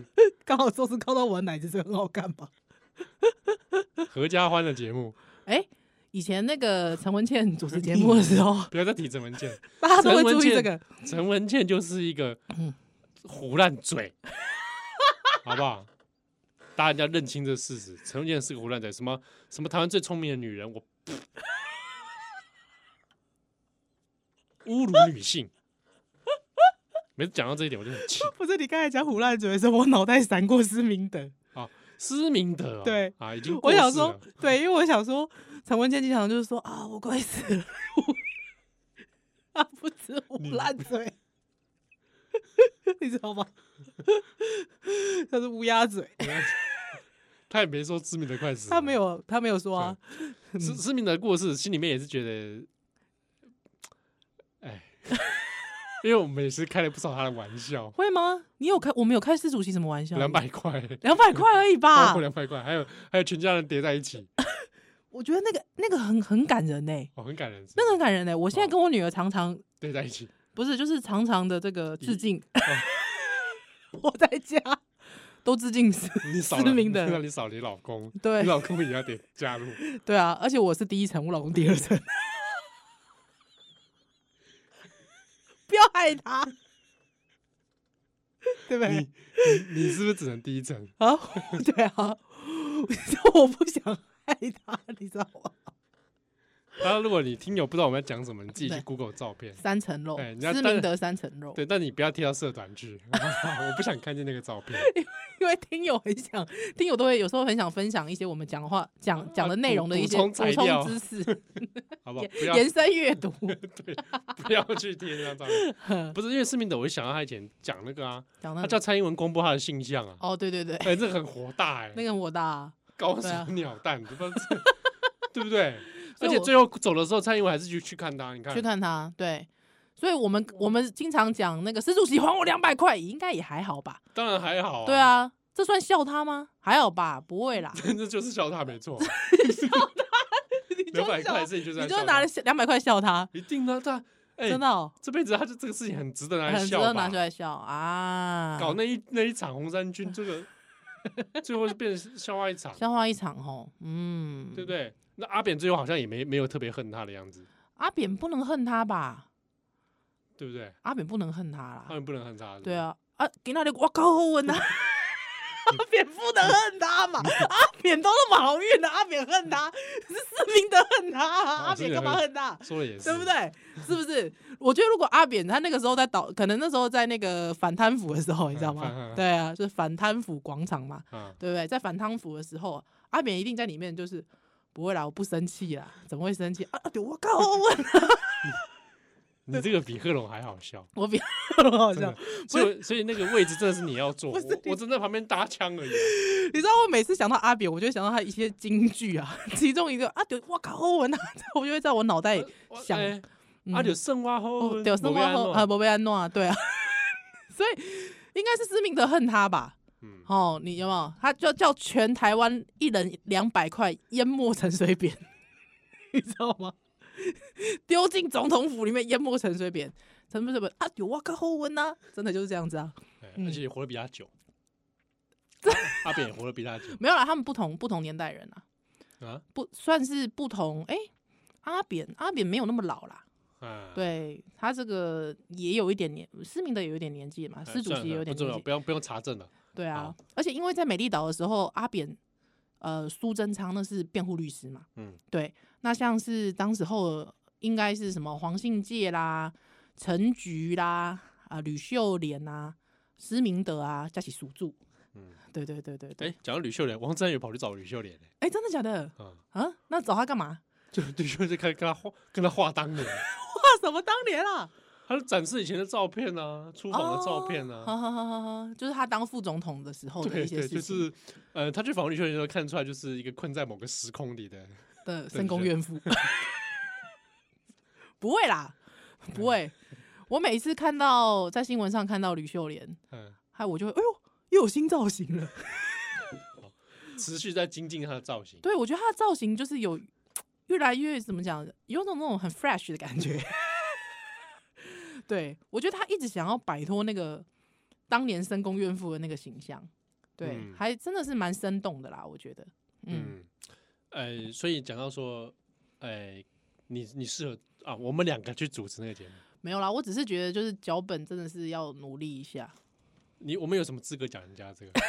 Speaker 3: 刚好桌子靠到我的奶子，这很好看吧？
Speaker 2: 合家欢的节目，，
Speaker 3: 哎、以前那个陈文倩主持节目的时候
Speaker 2: 不要再提陈文健。
Speaker 3: [LAUGHS] 大家都
Speaker 2: 陈
Speaker 3: 会
Speaker 2: 文
Speaker 3: 注意这
Speaker 2: 茜
Speaker 3: 个。嗯
Speaker 2: 陈文健就是一个胡乱嘴，好不好？ [LAUGHS] 大家一定要认清这事实，陈文健是个胡乱嘴。什么什么台湾最聪明的女人，我侮辱女性。 [LAUGHS] 每次讲到这一点，我就很气。
Speaker 3: 不是你刚才讲胡乱嘴的时候，我脑袋闪过施明德，
Speaker 2: 啊，施明德、哦、
Speaker 3: 对
Speaker 2: 啊，已经过
Speaker 3: 我想
Speaker 2: 世
Speaker 3: 说
Speaker 2: 了，
Speaker 3: 对，因为我想说陈文倩经常就是说啊，我快死了， [LAUGHS] 啊，不止胡烂嘴， [LAUGHS] [LAUGHS] 你知道吗？他是乌鸦嘴，
Speaker 2: [LAUGHS] 他也没说知名的快死，啊
Speaker 3: 他没有，他没有说啊。
Speaker 2: 思思明的过世，心里面也是觉得，哎， [LAUGHS] 因为我们也是开了不少他的玩笑，
Speaker 3: 会吗？你有开？我们有开施主席什么玩笑？
Speaker 2: 两百
Speaker 3: [LAUGHS]
Speaker 2: 哦块，
Speaker 3: 两百块而已
Speaker 2: 包
Speaker 3: 吧
Speaker 2: 括。两百块，还有还有全家人叠在一起，
Speaker 3: 我觉得那个那个很很感人呢、
Speaker 2: 哦，很感人，
Speaker 3: 那个很感人呢、我现在
Speaker 2: 哦
Speaker 3: 跟我女儿常常
Speaker 2: 叠在一起，
Speaker 3: 不是就是常常的这个致敬，
Speaker 2: 哦
Speaker 3: [LAUGHS] 我在家都致敬是
Speaker 2: 你少
Speaker 3: 知
Speaker 2: 了
Speaker 3: 名的
Speaker 2: 那你 [LAUGHS] 少你老公，
Speaker 3: 对
Speaker 2: 你老公也要得加入，
Speaker 3: 对啊，而且我是第一层，我老公第二层。 [LAUGHS] 不要害他， [LAUGHS] 对不对
Speaker 2: 你？你是不是只能第一层？
Speaker 3: 啊， [LAUGHS] 对啊，我不想害他，你知道吗？
Speaker 2: 当然，如果你听友不知道我们在讲什么，你自己去
Speaker 3: 对
Speaker 2: Google 照片。
Speaker 3: 三层肉
Speaker 2: 哎人，家
Speaker 3: 思
Speaker 2: 当然
Speaker 3: 明德三层肉，
Speaker 2: 对，但你不要贴到社团去， [LAUGHS] 我不想看见那个照片。
Speaker 3: 因为听友很想，听友都会有时候很想分享一些我们讲话讲讲的内容的一些
Speaker 2: 啊补充
Speaker 3: 补
Speaker 2: 材料
Speaker 3: 充知
Speaker 2: [LAUGHS]
Speaker 3: 识，
Speaker 2: 好不
Speaker 3: [LAUGHS]
Speaker 2: 好？不要
Speaker 3: 延伸阅读。
Speaker 2: [LAUGHS] 不要去贴那张照片。
Speaker 3: [LAUGHS]
Speaker 2: 不是因为思明德，我就想到他以前讲那个啊，
Speaker 3: 讲
Speaker 2: 他
Speaker 3: 到
Speaker 2: 叫蔡英文公布他的性向啊，
Speaker 3: 嗯哦，对对对，
Speaker 2: 哎，这个很火大哎，
Speaker 3: 那个我的啊，
Speaker 2: 搞
Speaker 3: 对
Speaker 2: 什
Speaker 3: 啊
Speaker 2: 么鸟蛋，对不知道这对不
Speaker 3: [LAUGHS]
Speaker 2: 对？
Speaker 3: 所
Speaker 2: 而
Speaker 3: 以
Speaker 2: 且
Speaker 3: 我
Speaker 2: 最后走的时候，蔡英文还是去去看他，你看
Speaker 3: 去看他，对。所以我们我们经常讲那个施主席还我两百块，应该也还好吧？
Speaker 2: 当然还好， [LAUGHS]
Speaker 3: 对，啊，这算笑他吗？还好吧，不会啦。
Speaker 2: 真的就是笑他没
Speaker 3: [LAUGHS]
Speaker 2: 错， [LAUGHS] 两百块的事情就是在
Speaker 3: 啊
Speaker 2: 笑
Speaker 3: 你就
Speaker 2: 他
Speaker 3: 拿了两百块笑他，
Speaker 2: 一定的，他哎，
Speaker 3: 真的哦、
Speaker 2: 这辈子他就这个事情很值得拿来
Speaker 3: 很值
Speaker 2: 笑
Speaker 3: 得
Speaker 2: 吧，
Speaker 3: 拿出来笑啊！
Speaker 2: 搞那一那一场红衫军，这
Speaker 3: [LAUGHS]
Speaker 2: 个最后是变成笑话一场，
Speaker 3: 笑话一场哦，嗯，
Speaker 2: 对不？对？那阿扁最后好像也没没有特别恨他的样子，
Speaker 3: 阿扁不能恨他吧？
Speaker 2: 对不对？
Speaker 3: 阿扁不能恨他啦
Speaker 2: 他。们不能恨他，是不是
Speaker 3: 啊对，啊，啊，给那里我高
Speaker 2: [LAUGHS]
Speaker 3: 后问他，阿扁不能恨他嘛？阿扁都那么好运了，阿扁恨他，是市民的恨他啊，
Speaker 2: 啊
Speaker 3: 阿扁干嘛恨他？
Speaker 2: 说的也是，
Speaker 3: 对不？对？是不是？我觉得如果阿扁他那个时候在倒，可能那时候在那个反贪腐的时候，你知道
Speaker 2: 嗯嗯
Speaker 3: 吗
Speaker 2: 嗯？
Speaker 3: [LAUGHS] 对啊，就是反贪腐广场嘛，
Speaker 2: 啊，
Speaker 3: 对不对？在反贪腐的时候，啊阿扁一定在里面就是不会啦，我不生气啦，怎么会生气？啊，啊对我高问， [LAUGHS]
Speaker 2: 你这个比贺龙还好笑，
Speaker 3: [LAUGHS] 我比很好
Speaker 2: 真
Speaker 3: 笑
Speaker 2: 的。所以所以那个位置真的是你要坐，我
Speaker 3: [LAUGHS] 不是
Speaker 2: 我只在旁边搭腔而已啊。
Speaker 3: [LAUGHS] 你知道我每次想到阿扁，我就想到他一些金句啊， [LAUGHS] 其中一个啊，对，我靠，欧文啊， [LAUGHS] 我就会在我脑袋
Speaker 2: 我
Speaker 3: 想，
Speaker 2: 哎
Speaker 3: 嗯
Speaker 2: 啊，就剩我好，
Speaker 3: 哦，对，生活后啊，
Speaker 2: 啊，
Speaker 3: 呃伯贝安诺啊，对啊， [LAUGHS] 所以应该是施明德恨他吧？
Speaker 2: 嗯，
Speaker 3: 哦，你有没有？他就叫全台湾一人两百块淹没陈水扁， [LAUGHS] 你知道吗？丢进总统府里面淹没陈水扁，陈水扁啊，有哇靠后文呐、啊，真的就是这样子啊，
Speaker 2: 哎
Speaker 3: 嗯
Speaker 2: 而且也活得比他
Speaker 3: [LAUGHS]
Speaker 2: 久，啊阿阿扁也活得比他久
Speaker 3: 没有啦，他们不同不同年代人啊，
Speaker 2: 啊
Speaker 3: 不算是不同。哎、阿扁阿扁没有那么老啦，
Speaker 2: 啊，
Speaker 3: 对他这个也有一点年，思明德有一点年纪嘛，
Speaker 2: 哎，
Speaker 3: 施主
Speaker 2: 算了
Speaker 3: 席也有点
Speaker 2: 不重
Speaker 3: 年
Speaker 2: 要，
Speaker 3: 纪
Speaker 2: 不，用不用查证了，
Speaker 3: 对啊
Speaker 2: 好。
Speaker 3: 而且因为在美丽岛的时候，阿扁呃苏贞昌那是辩护律师嘛，
Speaker 2: 嗯，
Speaker 3: 对，那像是当时候应该是什么黄信介啦、陈菊啦、啊、吕秀莲啊、施明德啊，加起属住，
Speaker 2: 嗯，
Speaker 3: 对对对对对，
Speaker 2: 哎
Speaker 3: 哎、，
Speaker 2: 讲到吕秀莲，王振宇跑去找吕秀莲嘞，
Speaker 3: 真的假的
Speaker 2: 啊，
Speaker 3: 啊？那找他干
Speaker 2: [LAUGHS]
Speaker 3: 嘛？
Speaker 2: 就吕秀莲看跟他画跟他画当年，
Speaker 3: 画什么当年啊？
Speaker 2: 他就展示以前的照片啊，出访的照片
Speaker 3: 哦
Speaker 2: 啊。
Speaker 3: 好好好好好，就是他当副总统的时候的
Speaker 2: 对
Speaker 3: 一些
Speaker 2: 对，
Speaker 3: 事情，
Speaker 2: 就是，呃，他去访问吕秀莲的时候看出来，就是一个困在某个时空里的
Speaker 3: 的深宫怨妇。 [LAUGHS] 不会啦，不会。我每次看到在新闻上看到吕秀莲，
Speaker 2: 嗯，
Speaker 3: 嗨，我就会哎呦，又有新造
Speaker 2: [LAUGHS]
Speaker 3: 型了。
Speaker 2: 持续在精进他的造型。
Speaker 3: 对，我觉得她的造型就是有越来越怎么讲，有种那种很 fresh 的感觉。 [LAUGHS] 对，我觉得她一直想要摆脱那个当年深宫怨妇的那个形象，对，
Speaker 2: 嗯
Speaker 3: 还真的是蛮生动的啦，我觉得。嗯，
Speaker 2: 嗯，呃，所以讲到说，呃，你你适合啊，我们两个去主持那个节目，
Speaker 3: 没有啦，我只是觉得就是脚本真的是要努力一下。
Speaker 2: 你我们有什么资格讲人家这个？ [LAUGHS]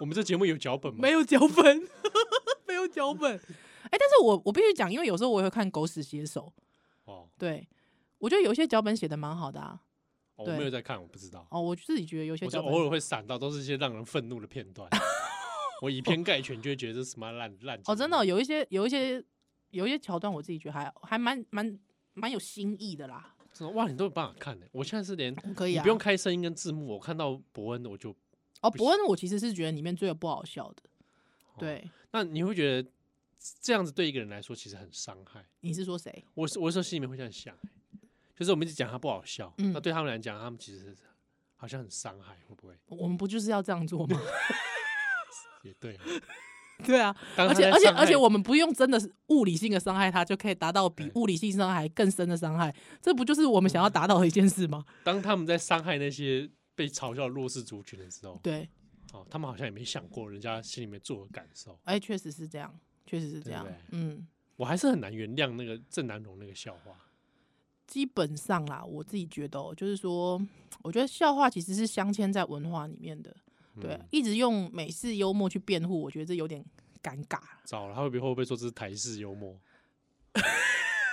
Speaker 2: 我们这节目有脚本吗？
Speaker 3: 没有脚本， [LAUGHS] 没有脚本。哎、但是我我必须讲，因为有时候我也会看狗屎写手，
Speaker 2: 哦，
Speaker 3: 对我觉得有一些脚本写的蛮好的啊。
Speaker 2: 哦我
Speaker 3: 对
Speaker 2: 没有在看，我不知道。
Speaker 3: 哦，我自己觉得有些
Speaker 2: 我就
Speaker 3: 脚本
Speaker 2: 偶尔会闪到，都是一些让人愤怒的片段。 [LAUGHS] 我以偏概全，就会觉得这是什么烂烂节
Speaker 3: 哦，
Speaker 2: 目
Speaker 3: 真的、哦、有一些有一些有一些桥段，我自己觉得还还蛮蛮蛮有新意的啦。
Speaker 2: 真的哇，你都有办法看呢、我现在是连、
Speaker 3: 可以
Speaker 2: 你
Speaker 3: 啊，
Speaker 2: 不用开声音跟字幕，我看到伯恩的我就
Speaker 3: 哦。伯恩，我其实是觉得里面最有不好笑的，对，
Speaker 2: 那你会觉得这样子对一个人来说其实很伤害。
Speaker 3: 你是说谁？
Speaker 2: 我是我有时候心里面会这样想、欸就是我们一直讲他不好笑，
Speaker 3: 嗯
Speaker 2: 那对他们来讲，他们其实好像很伤害，会不会？
Speaker 3: 我们不就是要这样做吗？ [LAUGHS]
Speaker 2: 也对哦，
Speaker 3: 对啊，
Speaker 2: 当
Speaker 3: 而且
Speaker 2: 他在
Speaker 3: 而且
Speaker 2: 伤害
Speaker 3: 而且我们不用真的是物理性的伤害他，就可以达到比
Speaker 2: 对嗯
Speaker 3: 物理性伤害更深的伤害，这不就是我们想要达到的一件事吗？
Speaker 2: 当他们在伤害那些被嘲笑的弱势族群的时候，
Speaker 3: 对，
Speaker 2: 哦，他们好像也没想过人家心里面做的感受。
Speaker 3: 哎，确实是这样，确实是这
Speaker 2: 对
Speaker 3: 样
Speaker 2: 不对，
Speaker 3: 嗯。
Speaker 2: 我还是很难原谅那个郑南榕那个笑话。
Speaker 3: 基本上啦，我自己觉得、哦，就是说，我觉得笑话其实是镶嵌在文化里面的，对，啊
Speaker 2: 嗯
Speaker 3: 一直用美式幽默去辩护，我觉得这有点尴尬。 [LAUGHS]
Speaker 2: 糟了，他会不会会不会说这是台式幽默？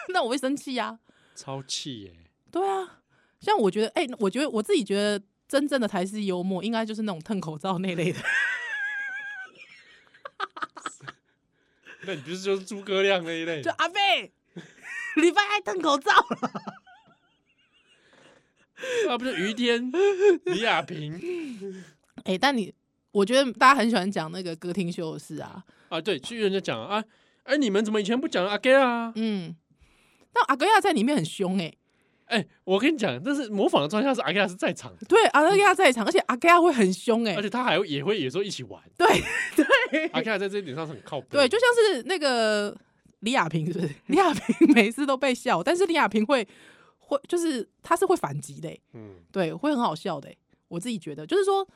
Speaker 3: 那我会生气呀、
Speaker 2: 超气耶、
Speaker 3: 对啊，像我觉得，哎、我觉得我自己觉得真正的台式幽默，应该就是那种蹭口罩那类的。
Speaker 2: 那你不是就是诸葛亮那一类
Speaker 3: 就？阿贝，礼拜爱戴口罩了。
Speaker 2: 啊，不是于天、李亚平
Speaker 3: 哎、但你，我觉得大家很喜欢讲那个歌厅秀的事啊，
Speaker 2: 啊？对，去人家讲啊，哎、你们怎么以前不讲阿 gay 啊？
Speaker 3: 嗯，但阿格亚在里面很凶哎、
Speaker 2: 哎、我跟你讲，这是模仿的状态下是阿 gay 是在场的，
Speaker 3: 对，阿格亚在场，而且阿格亚会很凶哎、
Speaker 2: 而且他还会也会有时候一起玩。
Speaker 3: 对 [LAUGHS]
Speaker 2: 阿 gay 在这一点上是很靠谱。
Speaker 3: 对，就像是那个李亚平，是不是？ [LAUGHS] 李亚平每次都被笑，但是李亚平会会就是他是会反击的欸、
Speaker 2: 嗯，
Speaker 3: 对，会很好笑的欸、我自己觉得，就是说，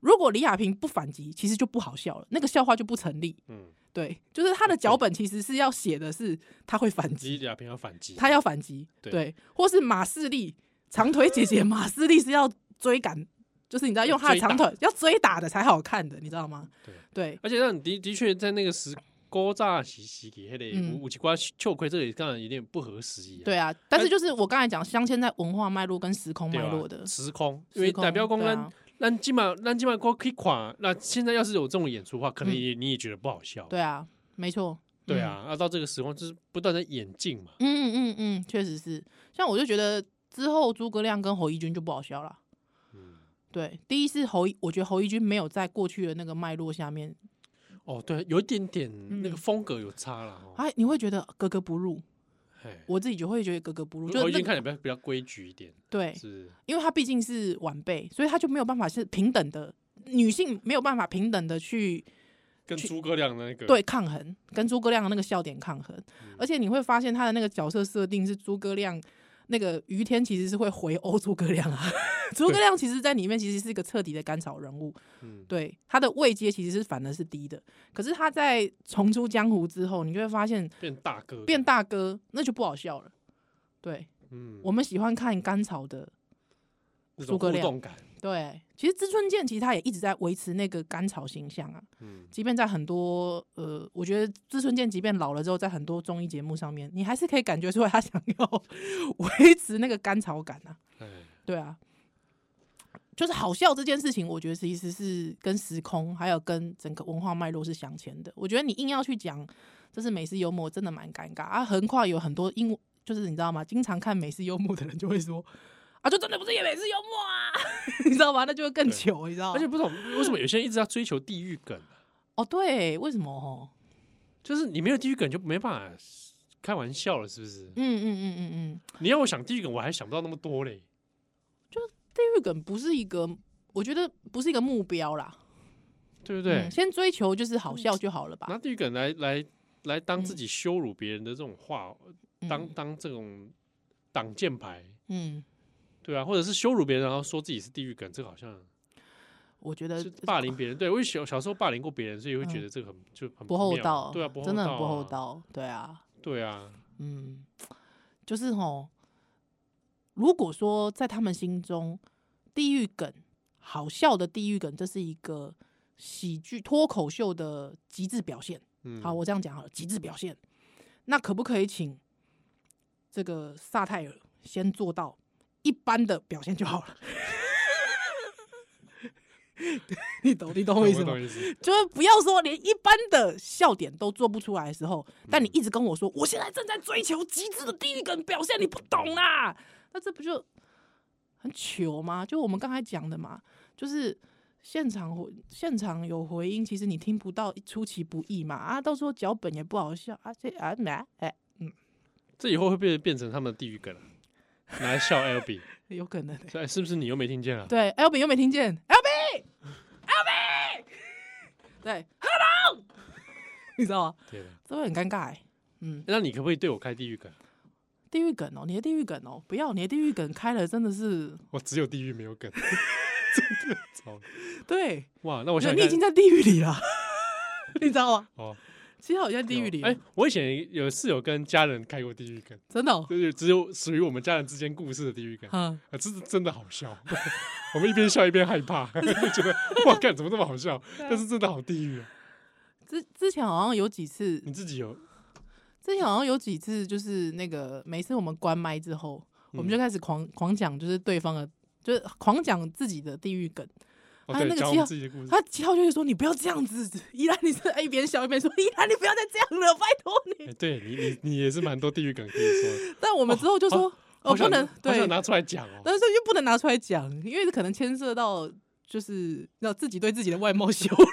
Speaker 3: 如果李亚平不反击，其实就不好笑了，那个笑话就不成立。
Speaker 2: 嗯，
Speaker 3: 对，就是他的脚本其实是要写的是他会反
Speaker 2: 李
Speaker 3: 击，
Speaker 2: 亚平要反击，
Speaker 3: 他要反击，
Speaker 2: 对
Speaker 3: 对，或是马士利长腿姐姐马士利是要追赶，就是你知道用她的
Speaker 2: 追打
Speaker 3: 长腿要追打的才好看的，你知道吗？
Speaker 2: 对
Speaker 3: 对，
Speaker 2: 而且让你的的确在那个时勾炸洗洗给黑的
Speaker 3: 嗯
Speaker 2: 五五七瓜秋葵这里当然有点不合时宜、啊。
Speaker 3: 对啊，但是就是我刚才讲镶嵌在文化脉络跟时空
Speaker 2: 对
Speaker 3: 脉
Speaker 2: 吧
Speaker 3: 络的，
Speaker 2: 时空，因为
Speaker 3: 时空
Speaker 2: 代表公
Speaker 3: 对
Speaker 2: 咱
Speaker 3: 啊
Speaker 2: 咱今晚咱今晚光可以垮，那现在要是有这种演出的话，可能
Speaker 3: 嗯
Speaker 2: 也、你也觉得不好笑。
Speaker 3: 对啊，没错，
Speaker 2: 对
Speaker 3: 嗯
Speaker 2: 啊，那、到这个时空就是不断的演进嘛。
Speaker 3: 嗯嗯嗯，确实是。像我就觉得之后诸葛亮跟侯一军就不好笑了。
Speaker 2: 嗯，
Speaker 3: 对，第一是侯一，我觉得侯一军没有在过去的那个脉络下面，
Speaker 2: 哦，对，有一点点
Speaker 3: 嗯
Speaker 2: 那个风格有差了、哦。
Speaker 3: 哎，你会觉得格格不入。
Speaker 2: 哎，
Speaker 3: 我自己就会觉得格格不入，就
Speaker 2: 我已
Speaker 3: 那
Speaker 2: 经
Speaker 3: 个
Speaker 2: 看起来比较比较规矩一点，
Speaker 3: 对，
Speaker 2: 是不是？
Speaker 3: 因为他毕竟是晚辈，所以他就没有办法是平等的，女性没有办法平等的去
Speaker 2: 跟诸葛亮的那个
Speaker 3: 对抗衡，跟诸葛亮的那个笑点抗衡。而且你会发现他的那个角色设定是诸葛亮，那个于天其实是会回殴诸葛亮啊， [LAUGHS] 诸葛亮其实在里面其实是一个彻底的甘草人物，
Speaker 2: 嗯
Speaker 3: 对他的位阶其实是反而是低的，可是他在重出江湖之后，你就会发现
Speaker 2: 变大哥，
Speaker 3: 变大哥那就不好笑了，对
Speaker 2: 嗯，
Speaker 3: 我们喜欢看甘草的。
Speaker 2: 那种
Speaker 3: 诸葛
Speaker 2: 互
Speaker 3: 亮
Speaker 2: 动感，
Speaker 3: 对，其实知春剑其实他也一直在维持那个甘草形象啊，
Speaker 2: 嗯，
Speaker 3: 即便在很多呃，我觉得知春剑即便老了之后，在很多综艺节目上面，你还是可以感觉出来他想要 [LAUGHS] 维持那个甘草感啊。
Speaker 2: 哎，
Speaker 3: 对啊，就是好笑这件事情，我觉得其实是跟时空还有跟整个文化脉络是相牵的。我觉得你硬要去讲这是美式幽默，真的蛮尴尬啊。横跨有很多英文，就是你知道吗？经常看美式幽默的人就会说。啊，就真的不是也美式幽默啊， [LAUGHS] 你知道吗？那就会更
Speaker 2: 对
Speaker 3: 糗，你知道吗？
Speaker 2: 而且不懂为什么有些人一直要追求地域梗啊、
Speaker 3: 哦，对，为什么？哦，
Speaker 2: 就是你没有地域梗就没办法开玩笑了，是不是？
Speaker 3: 嗯嗯嗯嗯嗯，
Speaker 2: 你要我想地狱梗，我还想不到那么多嘞。
Speaker 3: 地域梗不是一个，我觉得不是一个目标啦。
Speaker 2: 对不对
Speaker 3: 嗯？先追求就是好笑就好了吧。
Speaker 2: 拿地狱梗来来来当
Speaker 3: 嗯
Speaker 2: 自己羞辱别人的这种话，
Speaker 3: 嗯
Speaker 2: 当当这种挡箭牌，
Speaker 3: 嗯，
Speaker 2: 对啊，或者是羞辱别人，然后说自己是地狱梗，这个好像
Speaker 3: 我觉得
Speaker 2: 是霸凌别人。对，我也小小时候霸凌过别人，所以会觉
Speaker 3: 呃嗯
Speaker 2: 得这个很就很
Speaker 3: 不厚
Speaker 2: 妙
Speaker 3: 道，
Speaker 2: 对啊，不厚
Speaker 3: 真的
Speaker 2: 道
Speaker 3: 很
Speaker 2: 啊
Speaker 3: 不厚，道。对啊，
Speaker 2: 对啊，
Speaker 3: 嗯，就是哦，如果说在他们心中，地狱梗好笑的地狱梗，这是一个喜剧脱口秀的极致表现。
Speaker 2: 嗯，
Speaker 3: 好，我这样讲好了，极致表现。那可不可以请这个萨泰尔先做到一般的表现就好了？ [LAUGHS] 你懂，你懂我意思吗
Speaker 2: 懂？意思？
Speaker 3: 就是不要说连一般的笑点都做不出来的时候，但你一直跟我说，我现在正在追求极致的地狱梗表现，你不懂啦，那这不就很糗吗？就我们刚才讲的嘛，就是现场回现场有回音，其实你听不到，出其不意嘛啊，到时候脚本也不好笑啊，这啊买哎，嗯，
Speaker 2: 这以后会不会变成他们的地狱梗了？拿来笑 L B，哎
Speaker 3: 有可能、欸。
Speaker 2: 是是不是你又没听见啊？
Speaker 3: 对，L B 又没听见，L B，L B，对，Hello，你知道吗？
Speaker 2: 对的。
Speaker 3: 这会很尴尬哎、嗯，
Speaker 2: 啊那你可不可以对我开地狱梗？
Speaker 3: 地狱梗哦，你的地狱梗哦，不要你的地狱梗开了，真的是
Speaker 2: 我只有地狱没有 [LAUGHS] 梗，真的操！
Speaker 3: 对，
Speaker 2: 哇，那我
Speaker 3: 我觉
Speaker 2: 想
Speaker 3: 得你已经
Speaker 2: 看
Speaker 3: 在地狱里了，你知道吗？
Speaker 2: 哦，
Speaker 3: 其实我已经在地狱里了，
Speaker 2: 哎，我以前有是有跟家人开过地狱梗，
Speaker 3: 真的、哦，
Speaker 2: 就是只有属于我们家人之间故事的地狱梗，
Speaker 3: 嗯，
Speaker 2: 啊，这是真的好笑， [LAUGHS] 我们一边笑一边害怕， [LAUGHS] 觉得哇，干怎么那么好笑？但是真的好地狱啊！
Speaker 3: 之之前好像有几次，
Speaker 2: 你自己
Speaker 3: 啊
Speaker 2: 有
Speaker 3: 之前好像有几次，就是那个每次我们关麦之后，我们就开始狂狂讲，就是对方的，就是狂讲自己的地狱梗。
Speaker 2: 哦，
Speaker 3: 啊
Speaker 2: 对
Speaker 3: 那，个
Speaker 2: 讲我
Speaker 3: 七
Speaker 2: 们
Speaker 3: 号
Speaker 2: 自己的故事，
Speaker 3: 他七号就会说：“你不要这样子，依然你是一边笑一边说，依然你不要再这样了，拜托你。
Speaker 2: 哎，对你你你也是蛮多地狱梗可以说的”，
Speaker 3: 但我们之后就说：“
Speaker 2: 好
Speaker 3: 哦，不
Speaker 2: 想
Speaker 3: 能
Speaker 2: 好
Speaker 3: 对
Speaker 2: 想，拿出来讲哦。
Speaker 3: 但是又不能拿出来讲，因为可能牵涉到就是要自己对自己的外貌羞 [LAUGHS] 辱。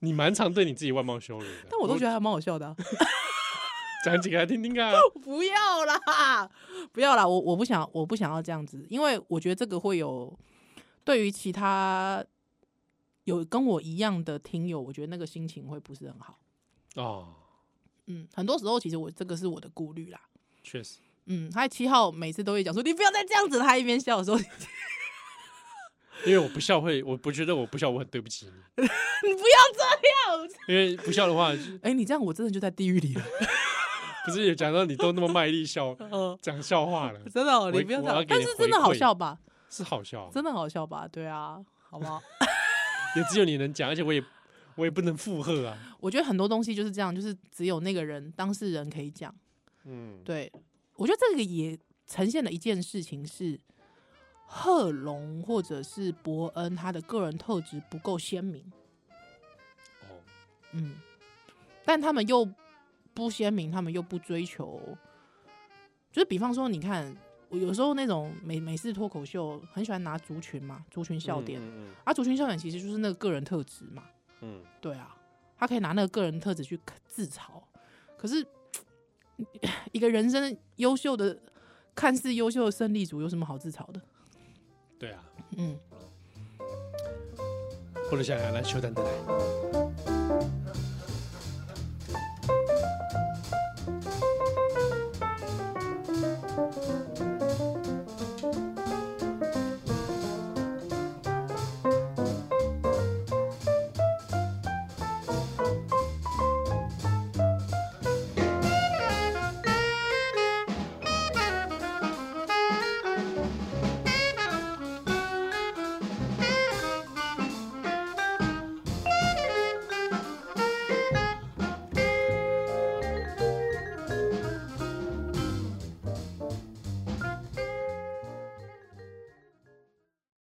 Speaker 2: 你蛮常对你自己外貌羞辱的，
Speaker 3: 但我都觉得还蛮好笑的啊、
Speaker 2: 讲几个来听听看啊。
Speaker 3: [LAUGHS] 不要啦，不要啦，我我不想，我不想要这样子，因为我觉得这个会有对于其他有跟我一样的听友，我觉得那个心情会不是很好。
Speaker 2: 哦，
Speaker 3: 嗯，很多时候其实我这个是我的顾虑啦。
Speaker 2: 确实，
Speaker 3: 嗯，还有七号每次都会讲说你不要再这样子了，他一边笑的时候， [LAUGHS] 你
Speaker 2: 因为我不笑会，我不觉得我不笑我很对不起你，
Speaker 3: 不要 [LAUGHS] 这样。
Speaker 2: 因为不笑的话，就
Speaker 3: 哎、你这样我真的就在地狱里了。
Speaker 2: 不是有讲到你都那么卖力
Speaker 3: [LAUGHS]
Speaker 2: 笑
Speaker 3: 呃，
Speaker 2: 讲笑话 [LAUGHS] 了，
Speaker 3: 真的哦、
Speaker 2: 我
Speaker 3: 你不要这
Speaker 2: 我要
Speaker 3: 样，
Speaker 2: 给
Speaker 3: 但
Speaker 2: 你
Speaker 3: 是
Speaker 2: 回
Speaker 3: 真的好
Speaker 2: 馈
Speaker 3: 笑吧？
Speaker 2: 是好笑，
Speaker 3: 真的好笑吧？对啊，好不好？ [LAUGHS]
Speaker 2: 也只有你能讲，而且我也我也不能附和啊。
Speaker 3: 我觉得很多东西就是这样，就是只有那个人当事人可以讲。
Speaker 2: 嗯，
Speaker 3: 对，我觉得这个也呈现了一件事情是，贺龙或者是伯恩他的个人特质不够鲜明，
Speaker 2: 哦，
Speaker 3: 嗯，但他们又不鲜明，他们又不追求，就是比方说，你看，我有时候那种美美式脱口秀很喜欢拿族群嘛，族群笑点，
Speaker 2: 嗯
Speaker 3: 啊，族群笑点其实就是那个个人特质嘛，
Speaker 2: 嗯，嗯
Speaker 3: 对啊，他可以拿那个个人特质去自嘲，可是一个人生优秀的、看似优秀的胜利组有什么好自嘲的？
Speaker 2: 嗯对啊，
Speaker 3: 嗯，
Speaker 2: 不如想想来修蛋蛋来。